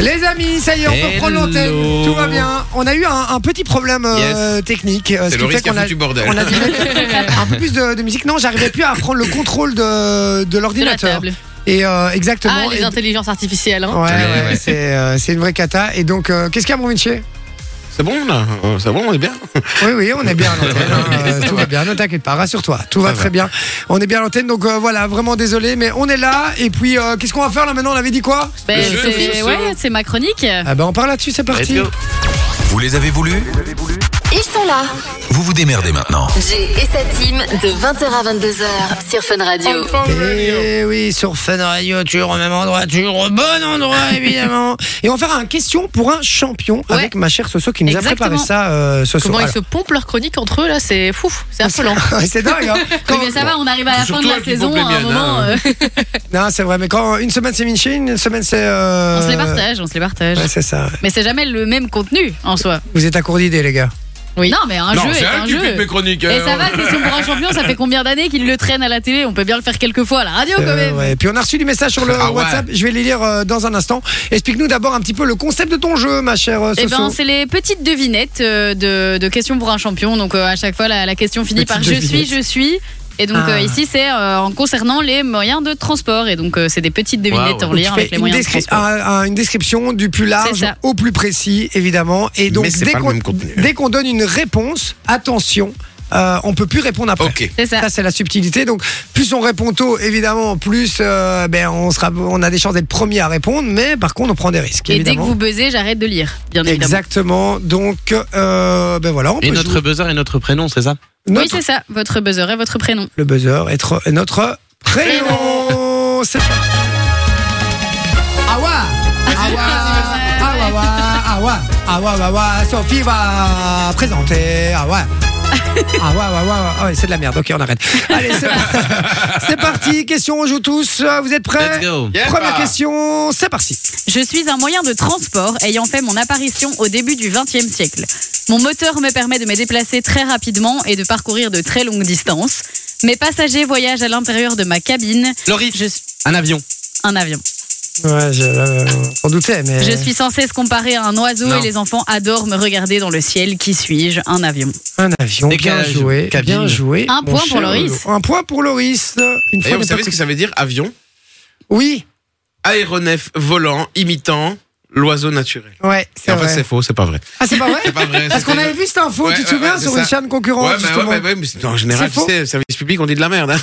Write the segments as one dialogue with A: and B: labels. A: Les amis, ça y est, on peut
B: Hello.
A: prendre l'antenne. Tout va bien. On a eu un, un petit problème euh, technique. euh,
B: C'est
A: ce
B: le
A: qui fait
B: risque
A: qu'on
B: à
A: a,
B: foutu bordel.
A: on a dû mettre un peu plus de, de musique. Non, j'arrivais plus à prendre le contrôle de, de
C: de la
A: l'ordinateur.
C: table.
A: Et euh, exactement.
C: Ah, les
A: Et-
C: intelligences artificielles. hein.
A: Ouais,
B: Ouais,
A: ouais,
B: Ah, ouais.
A: c'est euh, c'est une vraie cata. Et donc, euh, qu'est-ce qu'il y a, mon Vinci
B: C'est bon là Oh, C'est bon, on est bien
A: Oui, oui, on est bien à l'antenne. hein, euh, tout va bien, ne t'inquiète pas, rassure-toi. Tout va
B: Ça va.
A: très bien. On est bien à l'antenne, donc euh, voilà, vraiment désolé, mais on est là. Et puis, euh, qu'est-ce qu'on va faire là maintenant On avait dit quoi
C: Ben,
B: Le jeu,
C: c'est
B: le
C: ouais, c'est ma chronique.
A: Ah ben, on part là-dessus, c'est parti.
D: Vous les avez voulu
E: Ils sont là.
D: Vous vous démerdez maintenant.
E: Jay et sa team de 20h à 22h sur Fun Radio.
A: Et Eh oui, sur Fun Radio, toujours au même endroit, toujours au bon endroit, évidemment. Et on va faire un question pour un champion
C: Ouais.
A: avec ma chère Soso qui nous
C: Exactement.
A: a préparé ça euh, ce
C: Comment
A: soir.
C: ils se pompent leur chronique entre eux là, c'est fou, c'est affolant.
A: Alors, c'est dingue, hein.
C: Oui,
A: Quand-
C: mais ça va, on arrive à la fin de
B: Surtout
C: la
B: avec les
C: saison, à
B: pompes les
C: un
B: miennes,
C: moment,
B: hein.
C: euh,
A: Non, c'est vrai, mais quand une semaine c'est Vinci, une semaine c'est. euh,
C: on se les partage, on se les partage.
A: Ouais, c'est ça.
C: Mais c'est jamais le même contenu en soi.
A: Vous êtes à court d'idées, les gars.
C: Oui. Non, mais un
B: Non,
C: jeu
B: c'est
C: est
B: elle
C: un
B: qui fait mes
C: jeu.
B: chroniques.
C: Et
B: euh,
C: ça va, question pour un champion, ça fait combien d'années qu'il le traîne à la télé On peut bien le faire quelques fois à la radio Oh, quand
A: Euh,
C: même.
A: ouais. Puis on a reçu du message sur le
B: Ah ouais.
A: WhatsApp. Je vais les lire euh, dans un instant. Explique-nous d'abord un petit peu le concept de ton jeu, ma chère euh,
C: Eh
A: Soso.
C: ben, c'est les petites devinettes euh, de, de questions pour un champion. Donc, euh, à chaque fois, la, la question finit
A: Petites
C: par je suis,
A: devinettes.
C: je suis. Et donc,
A: Ah.
C: euh, ici, c'est euh, en concernant les moyens de transport. Et donc, euh, c'est des petites devinettes
B: Waouh.
C: en
A: Donc, tu
C: lien
A: fais
C: avec les
A: une,
C: moyens de
A: descri-
C: transport.
A: un- un- une description du plus large
C: C'est ça.
A: au plus précis, évidemment. Et donc,
B: Mais c'est
A: dès
B: pas le
A: qu'on-
B: même contenu.
A: dès qu'on donne une réponse, attention, euh, on peut plus répondre après.
B: Ok.
C: C'est ça.
A: Ah. Ça, c'est la subtilité. Donc, plus on répond tôt, évidemment, plus euh, ben, on, sera, on a des chances d'être premier à répondre. Mais par contre, on prend des risques.
C: Et dès que
A: évidemment.
C: vous buzzez, j'arrête de lire, bien évidemment.
A: Exactement. Donc, euh, ben voilà, on
F: Et
A: peut
F: notre
A: jouer.
F: buzzer et notre prénom, c'est ça
C: Oui,
A: Notre-
C: c'est ça. Votre buzzer et votre prénom.
A: le buzzer, être notre prénom. C'est ça. Awa, awa,
C: Vas-y, vas-y,
A: awa, awa, awa, awa, awa, Sophie va présenter. Awa. Ah ouais, ouais, ouais, ouais. Ah ouais, c'est de la merde. Ok, on arrête. Allez, c'est c'est parti. Question, on joue tous. Vous êtes prêts
F: Let's go.
B: Yeah.
A: Première question, c'est parti.
C: Je suis un moyen de transport ayant fait mon apparition au début du XXe siècle. Mon moteur me permet de me déplacer très rapidement et de parcourir de très longues distances. Mes passagers voyagent à l'intérieur de ma cabine,
F: Loris, un avion.
C: un avion.
A: Ouais, je euh, on doutait, mais.
C: Je suis sans cesse comparé à un oiseau
F: Non.
C: et les enfants adorent me regarder dans le ciel. Qui suis-je Un avion.
A: Un avion,
F: Décalage,
A: bien joué,
F: cabine.
A: bien joué. mon
C: Un point pour
A: cher
C: Loris.
A: Lolo. Un point pour Loris. Une
B: Et
A: fois n'est
B: vous
A: pas
B: savez ce que ça veut dire Avion,
A: coutume. Oui,
B: aéronef volant, imitant l'oiseau naturel.
A: ouais, c'est
B: Et en fait,
A: vrai.
B: c'est faux, c'est pas vrai.
A: Ah, c'est pas vrai
B: C'est pas vrai.
A: Parce qu'on
B: c'était-
A: avait vu cette info,
B: Ouais,
A: tu te
B: ouais,
A: souviens,
B: ouais,
A: sur
B: c'est
A: une
B: ça.
A: chaîne concurrente,
B: Ouais, mais
A: justement.
B: ouais, ouais, mais c'est- en général,
A: C'est
B: tu
A: faux.
B: sais, service public, on dit de la merde. hein.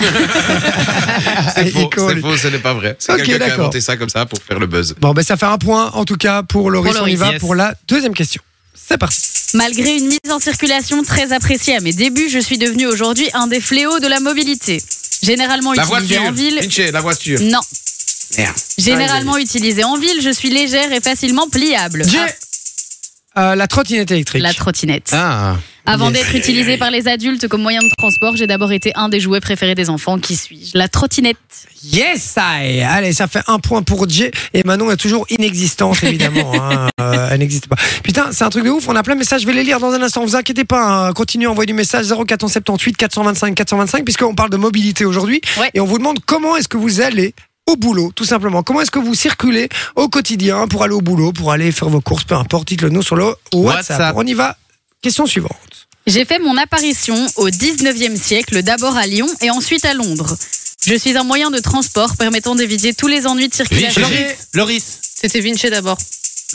B: c'est
A: Il
B: faux,
A: colle.
B: c'est faux, ce n'est pas vrai. C'est
A: Ok,
B: quelqu'un qui a
A: d'accord.
B: inventé ça comme ça pour faire le buzz.
A: Bon, ben ça fait un point, en tout cas, pour Loris.
C: Pour
A: on y
C: Loris,
A: va
F: yes.
A: pour la deuxième question. C'est parti.
C: Malgré une mise en circulation très appréciée à mes débuts, je suis devenu aujourd'hui un des fléaux de la mobilité. Généralement
B: La
C: utilisé
B: voiture,
C: en ville,
B: Vinci, la voiture.
C: non.
B: Merde.
C: Généralement utilisée en ville, je suis légère et facilement pliable.
A: J'ai
C: Ah,
A: euh, la trottinette électrique.
C: La trottinette.
F: Ah,
C: Avant
A: Yes.
C: d'être utilisée par les adultes comme moyen de transport, j'ai d'abord été un des jouets préférés des enfants. Qui suis-je La trottinette.
A: Yes, I. Allez, ça fait un point pour Jay. Et Manon est toujours inexistante, évidemment. hein. Euh, elle n'existe pas. Putain, c'est un truc de ouf. On a plein de messages. Je vais les lire dans un instant. Vous inquiétez pas. hein. Continuez à envoyer du message 0478 425 425, puisqu'on parle de mobilité aujourd'hui.
C: Ouais.
A: Et on vous demande comment est-ce que vous allez au boulot, tout simplement. Comment est-ce que vous circulez au quotidien pour aller au boulot, pour aller faire vos courses, peu importe. Dites-le nous sur le WhatsApp.
F: WhatsApp.
A: On y va. Question suivante.
C: J'ai fait mon apparition au 19e siècle, d'abord à Lyon et ensuite à Londres. Je suis un moyen de transport permettant d'éviter tous les ennuis de circulation.
F: Vinci. Loris,
C: C'était Vinci d'abord.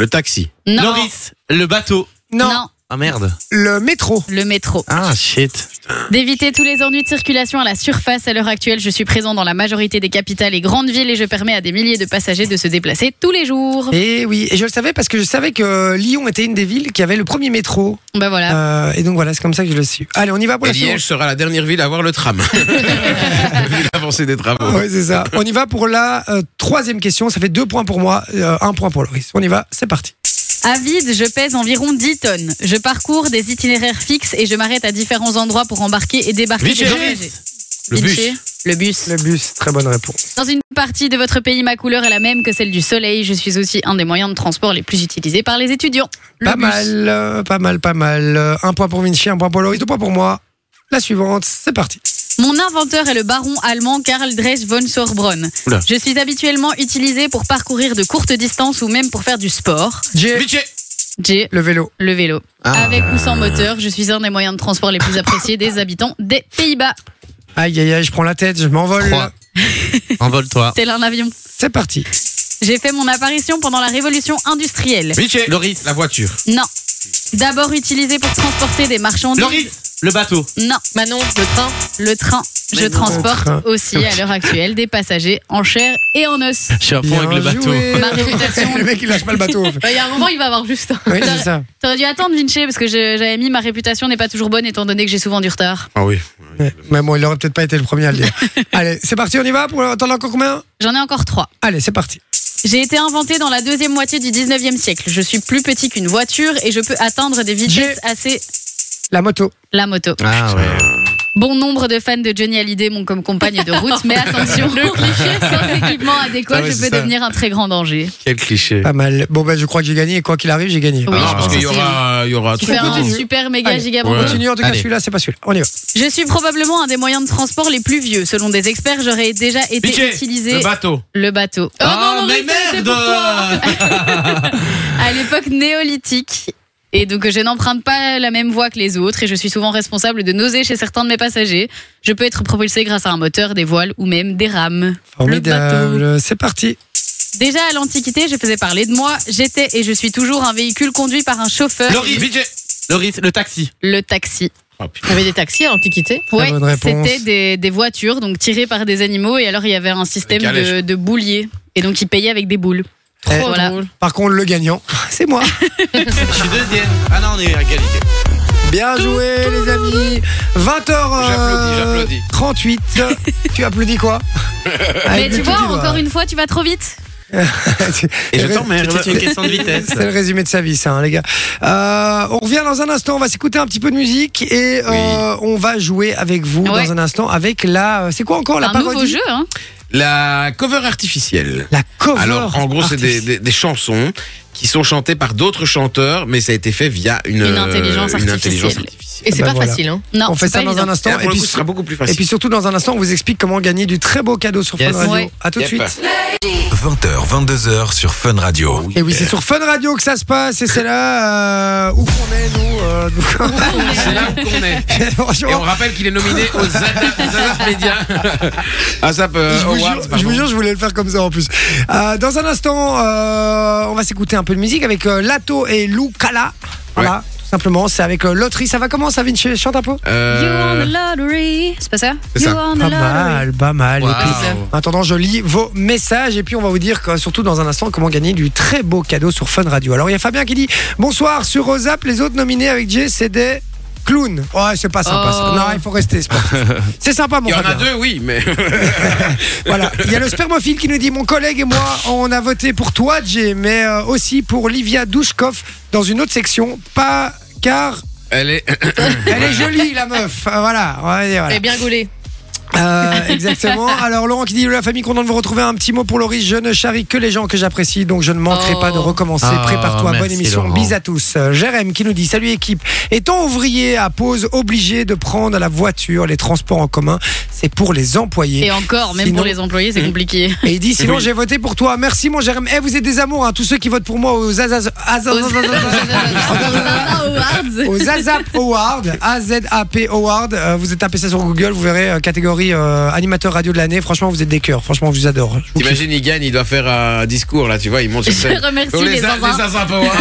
B: Le taxi.
C: Non.
F: Loris, le bateau.
A: Non,
C: Non,
F: Ah merde.
A: le métro.
C: le métro.
F: Ah shit.
C: D'éviter tous les ennuis de circulation à la surface à l'heure actuelle, je suis présent dans la majorité des capitales et grandes villes et je permets à des milliers de passagers de se déplacer tous les jours.
A: Et Eh oui, et je le savais parce que je savais que Lyon était une des villes qui avait le premier métro.
C: Bah voilà.
A: Euh, et donc voilà, c'est comme ça que je le suis. Allez, on y va pour
B: Et
A: la
B: Liège
A: suivante.
B: sera la dernière ville à avoir le tram. Vu l'avancée des travaux.
A: Ouais, c'est ça. On y va pour la euh, troisième question. Ça fait deux points pour moi, euh, un point pour Loris. On y va, c'est parti.
C: À vide, je pèse environ 10 tonnes. Je parcours des itinéraires fixes et je m'arrête à différents endroits pour embarquer et débarquer
B: Vinci.
C: des passagers.
B: Le bus.
C: Vinci, Le bus.
A: Le bus, très bonne réponse.
C: Dans une partie de votre pays, ma couleur est la même que celle du soleil. Je suis aussi un des moyens de transport les plus utilisés par les étudiants. Le
A: pas
C: bus.
A: mal, euh, pas mal, pas mal. Euh, Un point pour Vinci, un point pour Loris, deux points pour moi. La suivante, c'est parti.
C: Mon inventeur est le baron allemand Karl Dresch von Sorbronne.
F: Oula.
C: Je suis habituellement utilisé pour parcourir de courtes distances ou même pour faire du sport.
A: J,
B: Budget.
C: J'ai
A: le vélo.
C: le vélo.
B: Ah.
C: Avec ou sans moteur, je suis un des moyens de transport les plus appréciés des habitants des Pays-Bas.
A: Aïe, aïe, aïe, je prends la tête, je m'envole.
F: Trois. Envole-toi.
C: Tel un avion.
A: C'est parti.
C: J'ai fait mon apparition pendant la révolution industrielle.
B: Budget.
F: Loris.
B: La voiture.
C: Non. D'abord utilisé pour transporter des marchandises.
F: Loris. Le bateau.
C: Non.
G: Manon, le train.
C: Le train. Je
F: Mais non.
A: Le
C: transporte
A: train.
C: aussi à l'heure actuelle des passagers en chair et en os.
F: Je suis à
A: Bien
F: fond avec le bateau.
A: joué.
C: Ma réputation.
A: le mec, il lâche pas le bateau. en fait.
C: Bah,
G: Il y a un moment, il va avoir juste. un.
A: Oui, c'est ça.
C: T'aurais dû attendre Vinci parce que je- j'avais mis ma réputation n'est pas toujours bonne étant donné que j'ai souvent du retard.
B: Ah oui.
A: Ouais. Mais bon, il aurait peut-être pas été le premier à le dire. Allez, c'est parti, on y va pour attendre encore combien
C: J'en ai encore trois.
A: Allez, c'est parti.
C: J'ai été inventé dans la deuxième moitié du 19e siècle. Je suis plus petit qu'une voiture et je peux atteindre des vitesses assez.
A: La moto.
C: La moto.
F: Ah ouais.
C: Bon nombre de fans de Johnny Hallyday m'ont comme compagne de route, mais attention, le cliché sans équipement adéquat,
F: Ah ouais,
C: je
F: c'est
C: peux
F: ça.
C: devenir un très grand danger.
F: Quel cliché.
A: Pas mal. Bon, ben, je crois que j'ai gagné et quoi qu'il arrive, j'ai gagné.
B: Ah,
C: Oui, je
B: parce
C: pense
B: qu'il
C: que
B: y aura, il y aura.
C: Tu fais un
A: continue.
C: super méga
A: Allez,
C: giga
A: On
B: Ah, Ouais.
A: continue, en tout cas,
F: Allez.
A: celui-là, c'est pas celui-là. On y va.
C: Je suis probablement un des moyens de transport les plus vieux. Selon des experts, j'aurais déjà été
B: Budget.
C: utilisé
B: Le bateau.
C: le bateau. Oh,
F: Ah,
G: non,
F: mais
G: Loris, c'était pour
F: merde
C: à l'époque néolithique. Et donc, je n'emprunte pas la même voie que les autres et je suis souvent responsable de nausées chez certains de mes passagers. Je peux être propulsé grâce à un moteur, des voiles ou même des rames. Le bateau.
A: Formidable. C'est parti.
C: Déjà à l'Antiquité, je faisais parler de moi. J'étais et je suis toujours un véhicule conduit par un chauffeur.
F: Loris.
B: Budget.
F: Loris, le taxi.
C: Le taxi.
B: Ah, putain.
G: Il y avait des taxis à l'Antiquité.
C: Ouais,
A: bonne réponse.
C: c'était des, des voitures donc tirées par des animaux et alors il y avait un système
B: calèches.
C: de, de boulier. Et donc, ils payaient avec des boules.
A: Eh,
C: voilà.
A: Par contre, le gagnant, c'est moi.
F: Je suis deuxième. Ah non, on est à égalité.
A: Bien joué, les amis. 20h.
B: J'applaudis, j'applaudis.
A: 38. tu applaudis quoi
C: Mais
A: Avec
C: tu
A: le
C: vois,
A: petit doigt.
C: encore une fois, tu vas trop vite.
F: Et je
A: C'est-
F: t'emmerde.
A: c'est-
F: C'est une question de vitesse.
A: C'est le résumé de sa vie, ça, hein, les gars. Euh, on revient dans un instant. On va s'écouter un petit peu de musique et euh, on va jouer avec vous
C: Ouais.
A: dans un instant avec la. euh, C'est quoi encore la
C: un
A: parodie
C: nouveau jeu, hein.
B: La cover artificielle.
A: La cover.
B: Alors, en gros, c'est des,
A: artificielle.
B: des- des chansons qui sont chantées par d'autres chanteurs, mais ça a été fait via une,
C: Une
B: euh,
C: intelligence
B: une intelligence
C: artificielle.
B: artificielle.
G: Et c'est
A: Ah bah
G: pas
A: voilà.
G: facile, hein.
C: Non,
A: On fait
C: c'est
A: ça
C: pas
A: dans
C: évident.
A: un
B: Et
A: instant.
B: pour
A: Et
B: le
A: puis,
B: coup, ce sera beaucoup plus
A: et
B: facile.
A: puis surtout, dans un instant, on vous explique comment gagner du très beau cadeau sur
F: Yes.
A: Fun Radio.
C: Ouais.
A: À tout de
B: Yep.
A: suite.
D: 20h, 22h sur Fun Radio.
A: Et oui, c'est sur Fun Radio que ça se passe et c'est là euh, où qu'on est, nous. euh,
B: C'est là où qu'on est.
A: franchement,
B: Et on rappelle qu'il est nominé aux ASAP Média. ASAP euh,
A: Je vous,
B: Awards,
A: jure, je
B: pardon.
A: vous jure, je voulais le faire comme ça en plus. Euh, dans un instant, euh, on va s'écouter un peu de musique avec euh, Lato et Lou Kala. Voilà, tout simplement. C'est avec euh, Loterie. Ça va comment ça, Vinci Chante un peu
C: You won
B: Euh,
C: the lottery. C'est pas ça
B: C'est
C: You
B: ça.
C: won the
A: Pas
C: lottery.
A: mal, pas mal.
B: Wow.
A: Et puis, en attendant, je lis vos messages et puis on va vous dire que, surtout dans un instant comment gagner du très beau cadeau sur Fun Radio. Alors il y a Fabien qui dit bonsoir sur Ozap, les autres nominés avec Jay, c'est des clowns. Ouais, c'est pas sympa. ça.
C: Oh.
A: Non, il faut rester sportif. C'est sympa, mon
B: Il y en a
A: Fabien.
B: deux, oui, mais.
A: Voilà. Il y a le spermophile qui nous dit Mon collègue et moi, on a voté pour toi, Jay, mais euh, aussi pour Livia Douchkov dans une autre section. Pas car
B: Elle est.
A: elle est jolie, la meuf. Euh, Voilà. on va dire, voilà.
G: Elle est bien gaulée.
A: Euh, exactement. Alors, Laurent qui dit La famille, content de vous retrouver. Un petit mot pour Loris. Je ne charrie que les gens que j'apprécie, donc je ne manquerai
G: Oh.
A: pas de recommencer.
F: Ah,
A: Prépare-toi. Bonne
F: merci,
A: émission.
F: Laurent.
A: Bis à tous. Euh, Jérém qui nous dit Salut équipe. Étant ouvrier à pause, obligé de prendre la voiture, les transports en commun, c'est pour les employés.
C: Et encore, même
A: Sinon-
C: pour les employés, c'est compliqué.
A: Et il dit sinon
B: Oui.
A: j'ai voté pour toi. Merci mon Jérém. Eh vous êtes des amours hein, tous ceux qui votent pour moi aux Azaz- Azaz-
C: Aux- Awards.
A: aux AZAP Award, AZAP Award, Euh, vous êtes tapé ça sur Google, vous verrez euh, catégorie euh, animateur radio de l'année. Franchement, vous êtes des cœurs. Franchement, je vous adore. Je vous kiffe.
B: T'imagines, il gagne, il doit faire un discours, là, tu vois, il monte sur scène.
C: Je remercie
B: Oh,
C: les
B: a-
C: zinzins.
B: les zinzins, pas voir.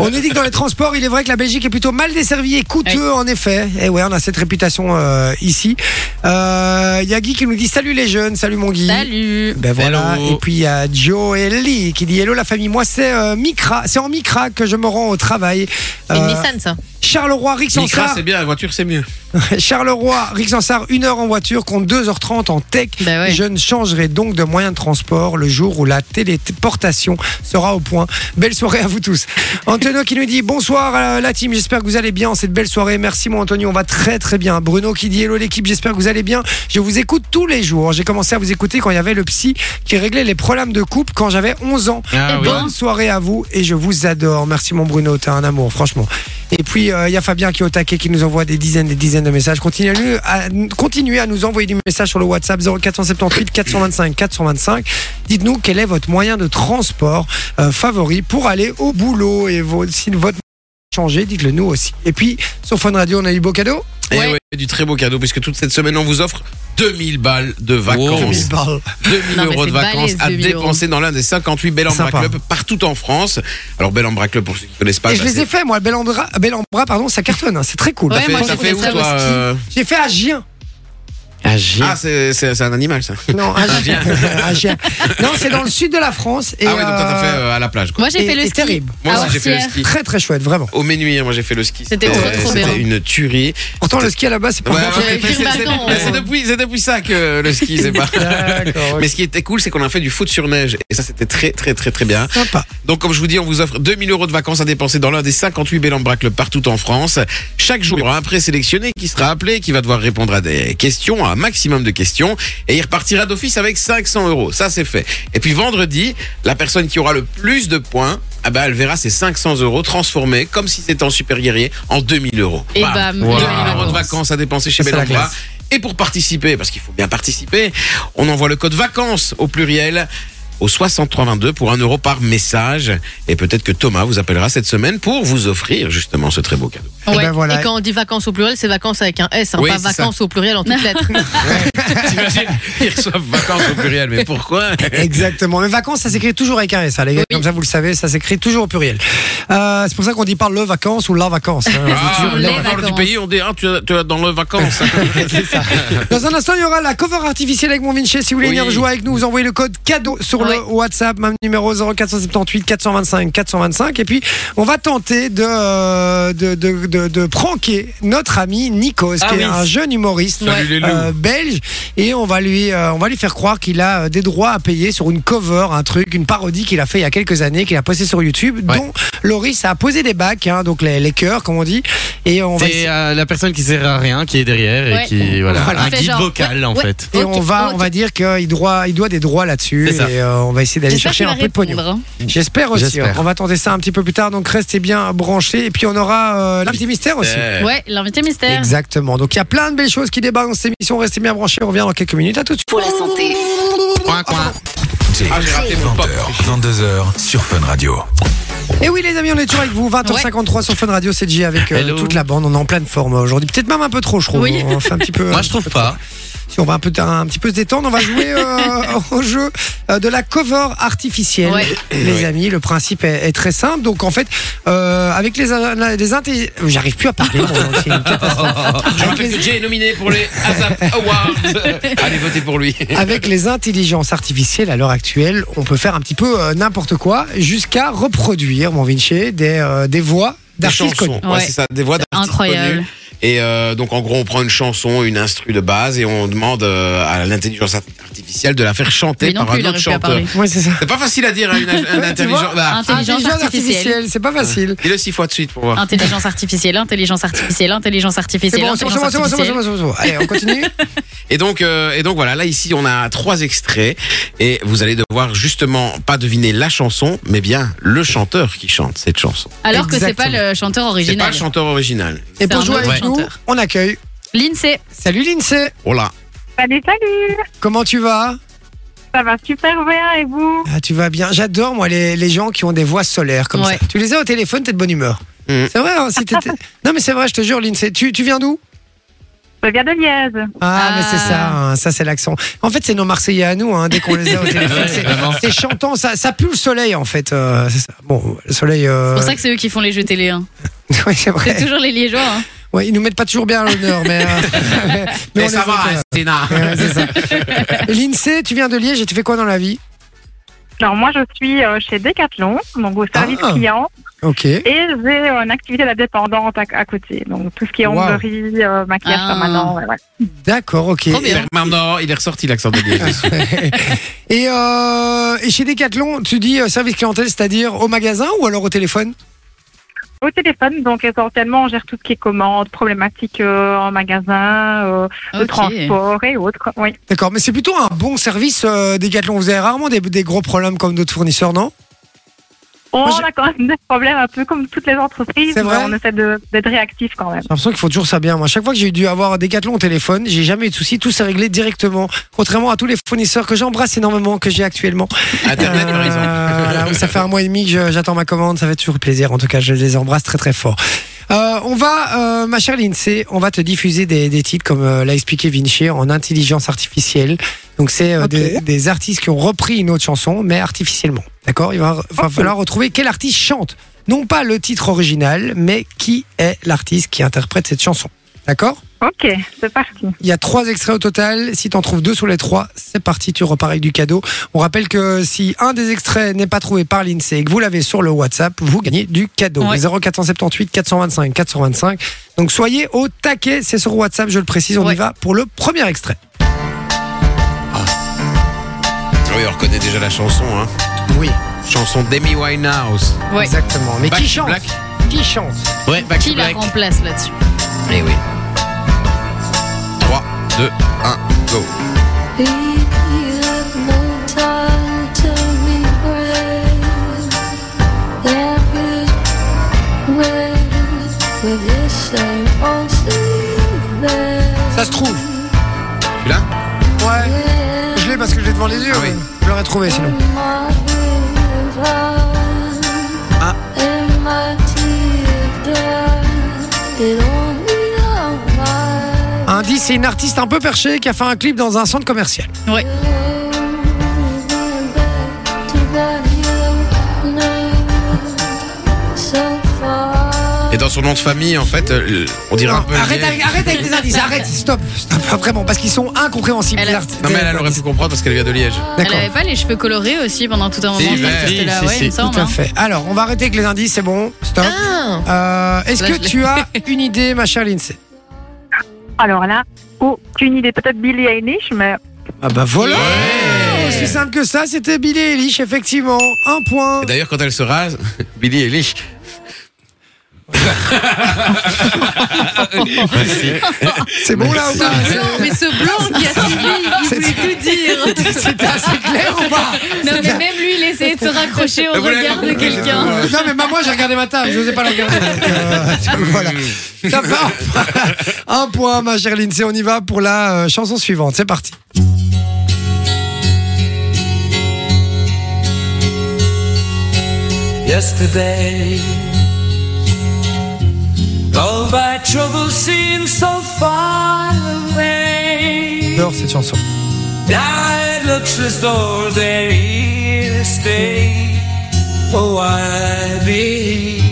A: On nous dit que dans les transports, il est vrai que la Belgique est plutôt mal desservie et coûteux en effet. Et ouais, on a cette réputation euh, ici. Euh, Il y a Guy qui nous dit salut les jeunes, salut mon Guy.
C: Salut.
A: Ben voilà.
F: Hello.
A: Et puis il y a Joe et Lee qui dit Hello la famille. Moi c'est euh, Micra, c'est en Micra que je me rends au travail.
G: C'est
A: Euh,
G: une Nissan, ça.
A: Charleroi,
B: Micra,
A: Rixensart.
B: c'est bien, la voiture, c'est mieux.
A: Charleroi, Rixensart, une heure en voiture contre 2h30 en tech.
C: Bah ouais.
A: Je ne changerai donc de moyen de transport le jour où la téléportation sera au point. Belle soirée à vous tous. Antonio qui nous dit bonsoir à la team, j'espère que vous allez bien en cette belle soirée. Merci mon Antonio, on va très très bien. Bruno qui dit hello l'équipe, j'espère que vous allez bien. Je vous écoute tous les jours. J'ai commencé à vous écouter quand il y avait le psy qui réglait les problèmes de couple quand j'avais 11 ans.
B: Ah,
C: Eh oui.
A: Bonne soirée à vous et je vous adore. Merci mon Bruno, t'es un amour, franchement. Et puis, euh, il y a Fabien qui est au taquet, qui nous envoie des dizaines des dizaines de messages. Continuez à, continuez à nous envoyer des messages sur le WhatsApp 0478 425 425. Dites-nous quel est votre moyen de transport euh, favori pour aller au boulot. Et vos- si votre changé, dites-le nous aussi. Et puis, sur Fun Radio, on a eu beau cadeau.
B: Et
G: Ouais.
B: Eh ouais, du très beau cadeau, puisque toute cette semaine, on vous offre 2000 balles de
A: Comme
B: vacances.
A: il parle.
B: 2000
G: Non, mais
B: euros de
G: c'est
B: vacances
G: balèze,
B: à
G: 2000 euros.
B: dépenser dans l'un des 58 Bel Ambra
A: Sympa.
B: Club partout en France. Alors, Bel Ambra Club, pour ceux qui ne connaissent pas,
A: Et je
B: bah,
A: les ai
B: c'est-
A: fait, moi, Bel Ambra, Bel Ambra, pardon, ça cartonne, hein, c'est très cool.
G: Ouais,
B: T'as fait-
G: moi,
B: t'as
G: j'ai
B: fait
G: fait
B: où,
G: ça
B: toi
G: au ski.
B: euh,
A: J'ai fait à Gien.
F: Ah, j'ai-
B: Ah, c'est c'est- c'est un animal, ça.
A: Non, à Gien. À Gien. Non, c'est dans le sud de la France. Et,
B: ah ouais, donc toi, t'as fait euh, à la plage, quoi.
G: Moi, j'ai
A: et-
G: fait le
A: et
G: ski.
A: terrible.
B: Moi
G: à
B: aussi, j'ai fait le
G: Orsières.
B: ski.
A: Très très chouette, vraiment.
B: Au Ménuire, moi, j'ai fait le ski.
G: C'était trop, trop
B: c'était
G: bien.
B: une tuerie.
A: Pourtant, le ski à la base, c'est pas
B: Ouais, ouais,
A: vraiment-
B: ouais,
G: J'ai
B: c'est-
G: pris le
B: c'est-
G: bâton,
B: mais
G: ouais.
B: c'est depuis, c'est depuis ça que le ski, c'est pas.
A: D'accord,
B: Mais ce qui était cool, c'est qu'on a fait du foot sur neige. Et ça, c'était très, très, très, très bien.
A: Sympa.
B: Donc, comme je vous dis, on vous offre 2000 euros de vacances à dépenser dans l'un des 58 Bellambra Club partout en France. Chaque jour, il y aura un présélectionné qui sera appelé, qui va devoir répondre à des questions, à un maximum de questions. Et il repartira d'office avec 500 euros. Ça, c'est fait. Et puis, vendredi, la personne qui aura le plus de points, ah ben, elle verra ses 500 euros transformés, comme si c'était en super guerrier, en 2000 euros.
G: Et
B: Bam.
G: bam.
B: 2000
G: 2000
B: euros de vacances à dépenser chez
A: Ça, c'est la
B: Bellambra.
A: classe.
B: Et pour participer, parce qu'il faut bien participer, on envoie le code vacances au pluriel au 6322 pour 1 euro par message. Et peut-être que Thomas vous appellera cette semaine pour vous offrir justement ce très beau cadeau.
A: Eh
G: Ouais.
A: ben voilà.
G: Et quand on dit vacances au pluriel, c'est vacances avec un S, hein,
B: Oui,
G: pas
B: c'est ça.
G: vacances au pluriel en toutes lettres.
B: T'imagines Ils reçoivent vacances au pluriel, mais pourquoi
A: Exactement. Mais vacances, ça s'écrit toujours avec un S, hein, les gars. Comme ça, vous le savez, ça s'écrit toujours au pluriel. Euh, c'est pour ça qu'on dit pas le vacances ou la vacances. hein.
B: ah,
G: les
B: dans le
G: vacances.
B: du pays, on dit ah, tu, es- tu es dans les vacances.
A: Dans un instant, il y aura la cover artificielle avec mon Vinci. Si vous voulez
B: Oui.
A: venir jouer avec nous, vous envoyez le code cadeau sur
G: Ouais.
A: le WhatsApp, même numéro 0478 425 425. Et puis, on va tenter de, euh, de, de, de, de pranker notre ami Nikos, qui est un jeune humoriste
B: Ah Salut les loups.
A: euh, belge. Et on va, lui, euh, on va lui faire croire qu'il a euh, des droits à payer sur une cover, un truc, une parodie qu'il a fait il y a quelques années, qu'il a postée sur YouTube,
F: Ouais.
A: dont Loris a posé des bacs, hein, donc les, les cœurs, comme on dit. Et on va
F: C'est euh, la personne qui sert à rien, qui est derrière et
G: Ouais.
F: qui voilà,
A: Voilà.
F: un
G: Fait
F: guide
G: genre,
F: vocal
G: ouais,
F: en
G: ouais.
F: fait.
A: Et
G: Ok,
A: on va, on
G: ok.
A: va dire qu'il doit, il doit des droits là-dessus.
F: C'est ça.
A: Et euh, on va essayer d'aller
C: J'espère
A: chercher
C: qu'il
A: un
C: va
A: peu de pognon.
C: répondre.
A: J'espère aussi.
F: J'espère.
A: hein. On va tenter ça un petit peu plus tard. Donc restez bien branchés. Et puis on aura euh, l'invité mystère aussi.
B: Euh,
C: Ouais, l'invité mystère.
A: Exactement. Donc il y a plein de belles choses qui débarquent dans cette émission. Restez bien branchés. On revient dans quelques minutes. À tout de suite.
E: Pour la santé,
F: Coin, coin.
D: C'est
B: Ah, j'ai raté mon pop.
D: 20h, 22h sur Fun Radio.
A: Et oui, les amis, on est toujours avec vous. 20h53 sur Fun Radio CG avec euh,
F: Hello.
A: toute la bande. On est en pleine forme aujourd'hui. Peut-être même un peu trop, je trouve. hein.
G: Oui.
A: On fait un petit peu.
F: Moi, je trouve pas.
A: Si on va un, peu, un petit peu se détendre, on va jouer euh, au jeu euh, de la cover artificielle.
G: Ouais.
A: Les amis, le principe est, est très simple. Donc en fait, euh, avec les, in- les intelli- J'arrive plus à parler. moi, c'est une catastrophe.
B: Je rappelle que Jay est nominé pour les ASAP Awards. Allez voter pour lui.
A: Avec les intelligences artificielles à l'heure actuelle, on peut faire un petit peu euh, n'importe quoi jusqu'à reproduire, mon Vinci, des, euh, des voix
B: Des
A: d'artistes
B: chansons.
A: connus.
B: Ouais,
C: Ouais.
B: c'est ça, des voix d'artistes
C: Incroyable.
B: connus. Et euh, donc en gros, on prend une chanson, une instru de base et on demande euh, à l'intelligence art- artificielle de la faire chanter
C: Mais non
B: par
C: plus, il
B: un autre
C: n'arrive pas à
B: chanteur.
C: parler.
A: Ouais, c'est ça.
B: C'est pas facile à dire à une,
A: tu vois,
B: intelligence. Bah,
C: Intelligence artificielle.
A: c'est pas facile.
B: Dis-le six fois de suite pour voir.
C: Intelligence artificielle, intelligence artificielle, intelligence
A: C'est
C: artificielle,
A: bon, c'est bon, c'est
C: intelligence
A: bon, c'est bon, c'est bon, c'est
C: artificielle.
A: bon, c'est bon. Allez, on continue.
B: Et donc, euh, et donc voilà, là ici on a trois extraits et vous allez devoir justement pas deviner la chanson, mais bien le chanteur qui chante cette chanson.
C: Alors que c'est pas
A: Exactement.
C: le chanteur
B: C'est pas
C: original.
B: le chanteur original.
A: Et pour
C: un
A: jouer
C: autre
A: avec nous,
C: chanteur.
A: on accueille.
C: L'INSEE.
A: Salut Lindsay,
B: Oh là.
H: Salut, salut
A: comment tu vas
H: Ça va super bien et vous
A: Ah, Tu vas bien. J'adore, moi, les, les gens qui ont des voix solaires comme
G: Ouais.
A: ça. Tu les as au téléphone, t'es de bonne humeur.
B: Mhm.
A: C'est vrai, hein, si t'étais- Non, mais c'est vrai, je te jure, Lindsay. Tu, tu viens d'où
H: Je viens de Liège.
A: ah, mais
C: Ah.
A: c'est ça, hein, ça c'est l'accent. En fait, c'est nos Marseillais à nous, hein, dès qu'on les a au téléphone.
F: Ouais,
A: c'est-
F: vraiment.
A: c'est chantant, ça, ça pue le soleil en fait. euh, c'est ça. Bon, le soleil. euh,
C: C'est pour ça que c'est eux qui font les jeux télé. hein.
A: ouais, c'est
C: C'est
A: vrai.
C: toujours les liégeois. hein.
A: Ouais, ils nous mettent pas toujours bien à l'honneur, mais. euh, mais- mais on
B: Mais ça
A: les
B: va,
A: entend.
B: Esténa.
A: Ouais, c'est ça. Lindsay, tu viens de Liège et tu fais quoi dans la vie
H: Alors moi je suis euh, chez Decathlon, donc au service
A: Ah.
H: client,
A: Ok.
H: et j'ai euh, une activité à la dépendante à, à côté, donc tout ce qui est
A: Wow.
H: onglerie, euh, maquillage
C: Ah.
H: permanent. ouais, ouais.
A: D'accord, ok.
G: Trop bien.
B: Maintenant, il est ressorti l'accent de Liège.
A: et, euh, et chez Decathlon, tu dis euh, service clientèle, c'est-à-dire au magasin ou alors au téléphone
H: Au téléphone, donc essentiellement on gère tout ce qui est commande, problématique euh, en magasin, euh, de
C: Ok.
H: transport et autres. Oui.
A: D'accord, mais c'est plutôt un bon service euh, Decathlon. Vous avez rarement des, des gros problèmes comme d'autres fournisseurs, non
H: On
A: Moi, j'ai-
H: a quand même des problèmes un peu comme toutes les entreprises.
A: C'est vrai
H: mais on essaie de- d'être réactif quand même.
A: J'ai l'impression qu'il faut toujours ça bien. Moi, chaque fois que j'ai dû avoir des Decathlon au téléphone, j'ai jamais eu de soucis. Tout s'est réglé directement. Contrairement à tous les fournisseurs que j'embrasse énormément, que j'ai actuellement.
B: Internet, par
A: Euh,
B: exemple.
A: voilà, oui, ça fait un mois et demi que je- j'attends ma commande. Ça fait toujours plaisir. En tout cas, je les embrasse très très fort. Euh, on va, euh, ma chère Lindsay, on va te diffuser des, des titres comme euh, l'a expliqué Vinci en intelligence artificielle. Donc c'est euh, des, des artistes qui ont repris une autre chanson, mais artificiellement. D'accord Il va, va falloir retrouver quel artiste chante. Non pas le titre original, mais qui est l'artiste qui interprète cette chanson. D'accord
H: Ok, c'est parti.
A: il y a trois extraits au total. Si t'en trouves deux sur les trois, c'est parti, tu repars avec du cadeau. On rappelle que si un des extraits n'est pas trouvé par l'INSEE et que vous l'avez sur le WhatsApp, vous gagnez du cadeau.
C: Ouais.
A: 0478 425 425. Donc soyez au taquet, c'est sur WhatsApp, je le précise. On y
G: Ouais.
A: va pour le premier extrait.
B: Oui, on reconnaît déjà la chanson. Hein.
A: Oui,
B: Chanson d'Amy Winehouse.
G: Ouais.
A: exactement. Mais
B: Back
A: qui
B: to
A: chante
B: Black.
A: Qui chante
F: Ouais, back to
G: Qui la
F: black.
G: remplace là-dessus
B: Eh oui. 3, 2, 1, go.
A: Ça se trouve.
B: Tu l'as
A: Ouais, je l'ai parce que je l'ai devant les yeux.
B: Ah oui.
A: mais Je l'aurais trouvé sinon.
B: Ah.
A: Indice, c'est une artiste un peu perchée qui a fait un clip dans un centre commercial.
B: Et dans son nom de famille, en fait, euh, on dirait un
A: Non,
B: peu.
A: arrête,
B: lié.
A: avec, arrête avec les indices, arrête, stop, stop, vraiment, parce qu'ils sont incompréhensibles.
G: Elle a-
A: les artistes.
B: Non, mais elle, elle aurait pu comprendre parce qu'elle vient de Liège.
C: Elle
A: D'accord,
C: avait pas les cheveux colorés aussi pendant tout un moment.
B: Si,
C: je pense
B: ben,
C: que c'était
F: si,
C: là,
F: si,
C: ouais, il me
F: si.
A: tout
C: semble,
A: à
C: hein.
A: fait. Alors, on va arrêter avec les indices, c'est bon, stop.
G: Ah
A: Euh, Est-ce
G: Là,
A: que
G: je l'ai.
A: tu as une idée, ma chère Lindsay
H: Alors là, aucune idée. Peut-être Billie Eilish, mais
A: Ah bah voilà
B: Ouais.
A: Aussi simple que ça, c'était Billy Eilish, effectivement. Un point.
B: Et D'ailleurs, quand elle se rase, Billy Eilish.
A: Ah, C'est bon là ou pas
G: Ce blanc, mais ce blanc qui a suivi, il pouvait tout dire.
A: C'était assez clair ou pas
C: Non, mais même lui, il essayait de se raccrocher au
B: Vous l'avez
C: regard de
B: compris,
C: quelqu'un.
B: justement.
A: Non, mais bah, moi j'ai regardé ma table, je n'osais pas la regarder. donc, euh, voilà. Ça fait un, un point, ma chère Lindsay. On y va pour la euh, chanson suivante. C'est parti.
I: Yesterday, all my troubles seem so far away.
A: J'adore cette chanson.
I: Now it looks as though they're here to stay. Oh, I believe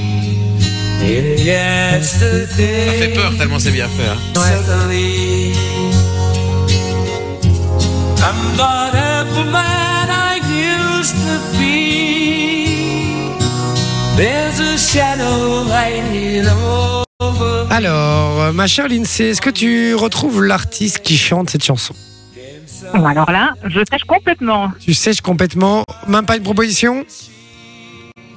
I: in yesterday.
B: Ça fait peur tellement c'est bien fait. hein.
I: Suddenly, I'm not half the man I used to be. There's a shadow hanging over.
A: Alors, euh, ma chère Lindsay, est-ce que tu retrouves l'artiste qui chante cette chanson
H: Bon, alors là, je sèche complètement.
A: Tu sèches complètement, même pas une proposition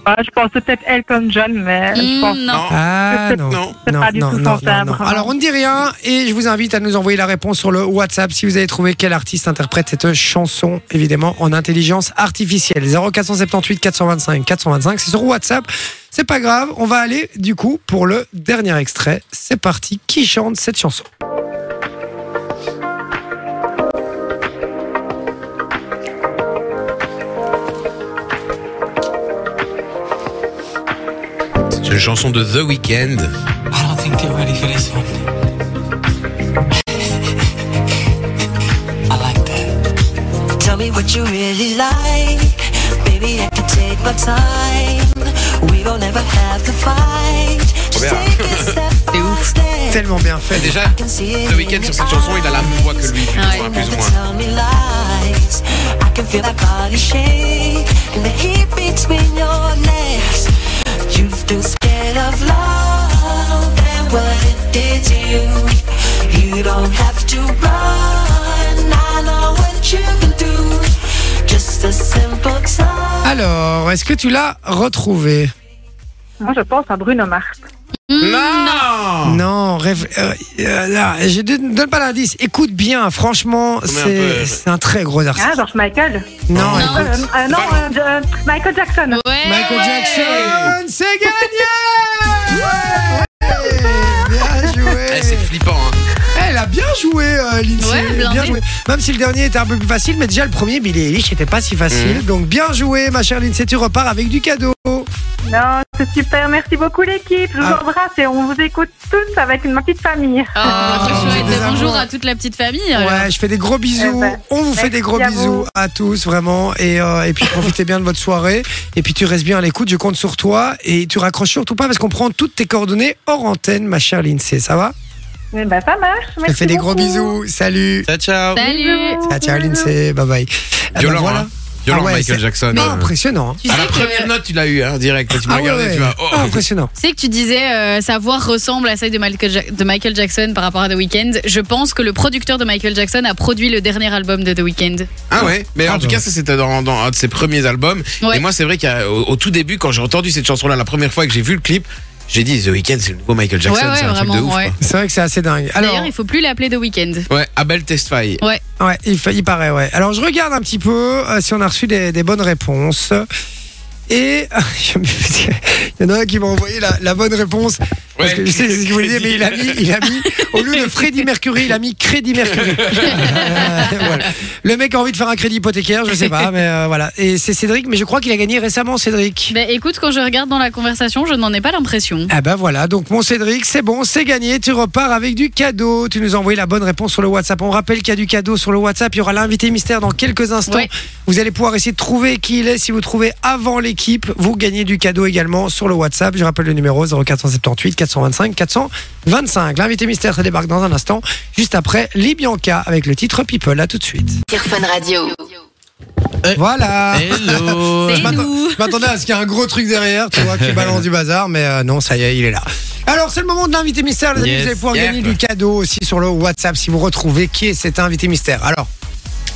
H: Ah, je pense peut-être Elton John, mais je
C: Hmm,
H: pense.
C: non.
A: Ah non.
B: Non.
H: C'est
A: Non,
H: pas du
A: non,
H: tout
A: non,
H: son
A: non,
H: timbre,
A: non.
H: vraiment.
A: Alors on ne dit rien et je vous invite à nous envoyer la réponse sur le WhatsApp si vous avez trouvé quel artiste interprète cette chanson évidemment en intelligence artificielle 0478 425 425 c'est sur WhatsApp c'est pas grave on va aller du coup pour le dernier extrait c'est parti qui chante cette chanson
B: C'est une chanson de The Weeknd.
I: I don't think they're ready for this one. I like that. Tell me what you really like. Baby, I can take my time. We will never have to fight. Just
B: verra.
I: take it step by step.
A: tellement bien fait
B: Déjà,
I: I can see it
B: The Weeknd
I: in
B: sur
I: your
B: cette chanson, il a la même voix que lui, plus
C: Ah
B: ou moins,
C: ouais.
B: plus ou
I: Never
B: moins.
I: tell me lies. I can feel that body shake and the heat between your legs. You've been scared of love and what it did to you. You don't have to run. I know what you can do. Just a simple touch.
A: alors est-ce que tu l'as retrouvé
H: Moi, je pense à Bruno Mars.
C: Hmm,
B: Non
A: Non, rêve. euh, euh, là, je ne donne pas l'indice. Écoute bien, franchement,
B: mais un
A: c'est
B: peu-
A: c'est un très gros artiste.
H: Ah, George Michael.
A: non,
C: Non.
H: Euh,
A: écoute.
H: euh, non, euh, de- euh, Michael Jackson.
C: bah, Ouais.
A: Michael Jackson, c'est gagné Bien joué Eh,
B: Eh, C'est flippant, hein.
A: Elle a bien joué, euh, Lindsay.
C: Ouais, blindée.
A: bien joué. Même si le dernier était un peu plus facile, mais déjà le premier, Billy Eilish, était pas si facile.
B: Mm.
A: Donc bien joué, ma chère Lindsay, tu repars avec du cadeau.
H: Non, c'est super. Merci beaucoup, l'équipe. Je vous
A: Ah.
H: embrasse et on vous écoute tous avec ma petite famille.
C: Oh, trop
A: Oh,
C: chouette.
A: des
C: Bonjour
A: amours.
C: à toute la petite famille. alors.
A: Ouais, je fais des gros bisous.
H: Eh ben,
A: On vous fait
H: merci
A: des gros
H: à
A: bisous
H: vous.
A: à tous, vraiment. Et, euh, et puis profitez bien de votre soirée. Et puis tu restes bien à l'écoute, je compte sur toi. Et tu raccroches surtout pas parce qu'on prend toutes tes coordonnées hors antenne, ma chère Lindsay. Ça va
H: Eh ben, ça marche.
A: Je
H: Merci
A: te fais des gros
H: beaucoup.
A: bisous. Salut.
F: Ciao, ciao.
C: Salut.
A: Ciao, ciao, Lindsay. Bye bye. Eh ben,
B: Violent,
A: voilà.
B: hein. Violent
A: Ah ouais,
B: Michael
A: c'est-
B: Jackson.
A: Ah,
B: Euh,
A: impressionnant.
C: Tu
B: à
C: sais
B: la
C: que-
B: première note, tu l'as eu, hein, direct. Quand tu m'as
A: Ah ouais,
B: regardé,
A: ouais.
B: tu m'as. Oh.
A: Ah, impressionnant.
C: Tu sais que tu disais euh, sa voix ressemble à celle de Michael, Ja- de Michael Jackson par rapport à The Weeknd. Je pense que le producteur de Michael Jackson a produit le dernier album de The Weeknd.
B: Ah ouais, mais en
A: Ah
B: tout
A: bah.
B: cas ça c'était dans, dans un de ses premiers albums.
C: Ouais.
B: Et moi c'est vrai qu'au au tout début quand j'ai entendu cette chanson là la première fois et que j'ai vu le clip, j'ai dit The Weeknd c'est le nouveau Michael Jackson,
C: ouais, ouais,
B: c'est un
C: vraiment.
B: truc de ouf.
C: ouais.
A: C'est vrai que c'est assez dingue. Alors,
C: D'ailleurs, il faut plus l'appeler The Weeknd.
B: quoi. Ouais, Abel Testfaye.
C: Ouais.
A: Ouais, il, fa- il paraît, ouais. Alors, je regarde un petit peu euh, si on a reçu des, des bonnes réponses. Et je me dis- il y en a un qui m'a envoyé la, la bonne réponse. Parce
B: Ouais.
A: que je sais ce que je voulais dire, mais il a mis, il a mis, au lieu de Freddy Mercury, il a mis Crédit Mercury. Euh, voilà. Le mec a envie de faire un crédit hypothécaire, je sais pas, mais euh, voilà. Et c'est Cédric, mais je crois qu'il a gagné récemment, Cédric.
C: Bah écoute, quand je regarde dans la conversation, je n'en ai pas l'impression.
A: Ah ben voilà, donc mon Cédric, c'est bon, c'est gagné, tu repars avec du cadeau, tu nous as envoyé la bonne réponse sur le WhatsApp. On rappelle qu'il y a du cadeau sur le WhatsApp, il y aura l'invité mystère dans quelques instants.
C: Ouais.
A: Vous allez pouvoir essayer de trouver qui il est, si vous trouvez avant l'équipe, vous gagnez du cadeau également sur le WhatsApp. Je rappelle le numéro 0478 425 425. L'invité mystère, ça débarque dans un instant, juste après Libianca avec le titre People, à tout de suite.
E: Sur Fun Radio.
A: Voilà
F: Hello.
C: C'est
A: m'attends-
C: nous.
A: Je m'attendais à ce qu'il y ait un gros truc derrière, tu vois, qui balance du bazar, mais euh, non, ça y est, il est là. Alors, c'est le moment de l'invité mystère, les amis.
F: Yes.
A: vous allez pouvoir
B: Yep.
A: gagner du cadeau aussi sur le WhatsApp si vous retrouvez qui est cet invité mystère. Alors,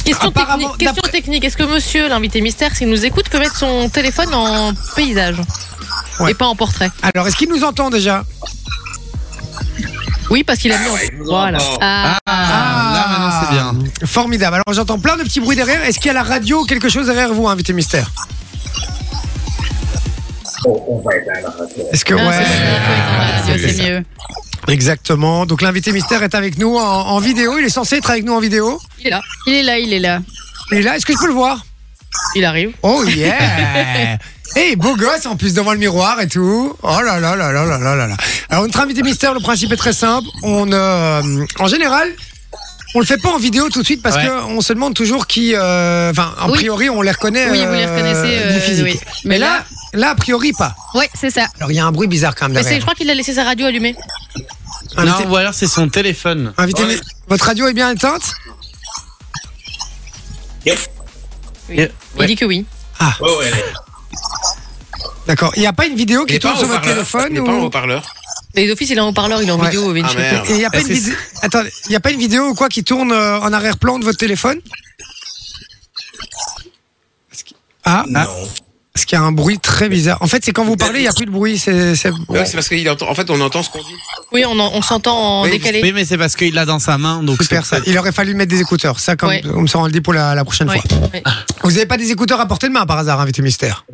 G: Question
A: Apparemment,
G: technique. question
A: d'après-
G: technique. Est-ce que monsieur, l'invité mystère, s'il nous écoute, peut mettre son téléphone en paysage
A: Ouais.
G: Et pas en portrait
A: alors est-ce qu'il nous entend déjà
G: Oui, parce qu'il a mis en. Voilà.
C: Ah,
F: Ah, là maintenant c'est bien.
A: Formidable. Alors, j'entends plein de petits bruits derrière. Est-ce qu'il y a la radio ou quelque chose derrière vous, invité mystère Est-ce que
C: Ah,
A: ouais
C: c'est mieux, faut éteindre la radio,
B: c'est
C: c'est mieux.
A: Exactement. Donc l'invité mystère est avec nous en, en vidéo. Il est censé être avec nous en vidéo.
G: Il est là.
C: Il est là, il est là.
A: Il est là. Est-ce que je peux le voir
G: Il arrive.
A: Oh yeah Et beau gosse en plus devant le miroir et tout. Oh là là là là là là là là. Alors notre invité mystère, le principe est très simple. On euh, en général. On le fait pas en vidéo tout de suite parce
F: Ouais.
A: que on se demande toujours qui. euh, Enfin, a
C: Oui.
A: priori, on les reconnaît.
C: Oui, vous les
A: euh,
C: reconnaissez, euh,
A: du physique.
C: oui.
A: Mais
C: Mais
A: là, là, a priori pas.
C: Ouais, c'est ça.
A: Alors il y a un bruit bizarre quand même
G: Mais c'est- je
A: derrière.
G: crois qu'il a laissé sa radio allumée.
A: Invité,
F: Non, ou alors c'est son téléphone.
A: invité-
B: Ouais.
A: votre radio est bien éteinte
G: Il dit que oui.
A: D'accord. Il n'y a pas une vidéo
B: Il
A: qui
B: est pas
A: tourne sur
B: en
A: votre
B: haut-parleur. Il
A: téléphone
B: est
A: ou...
B: pas en haut-parleur.
G: Mais d'office, il est en haut-parleur, il est en
A: Ouais.
G: vidéo. oui.
B: Ah merde.
A: Et il n'y a pas
F: Ah,
A: une
F: c'est-
A: vidéo. Attendez, il y a pas une vidéo ou quoi qui tourne euh, en arrière-plan de votre téléphone Est-ce qu'il- Ah, ah. Parce qu'il y a un bruit très bizarre. En fait, c'est quand vous parlez, il n'y a plus de bruit. C'est, c'est-
B: Ouais, c'est parce qu'il entend en fait on entend ce qu'on dit.
G: Oui, on, en- on s'entend en
B: Oui,
G: décalé.
F: Oui, mais c'est parce qu'il l'a dans sa main, donc
A: Super,
F: c'est-
A: ça. Il aurait fallu mettre des écouteurs. Ça, comme,
G: Ouais.
A: comme ça, on le dit pour la, la prochaine
G: Ouais,
A: fois.
G: ouais.
A: Vous n'avez pas des écouteurs à portée de main par hasard, invité mystère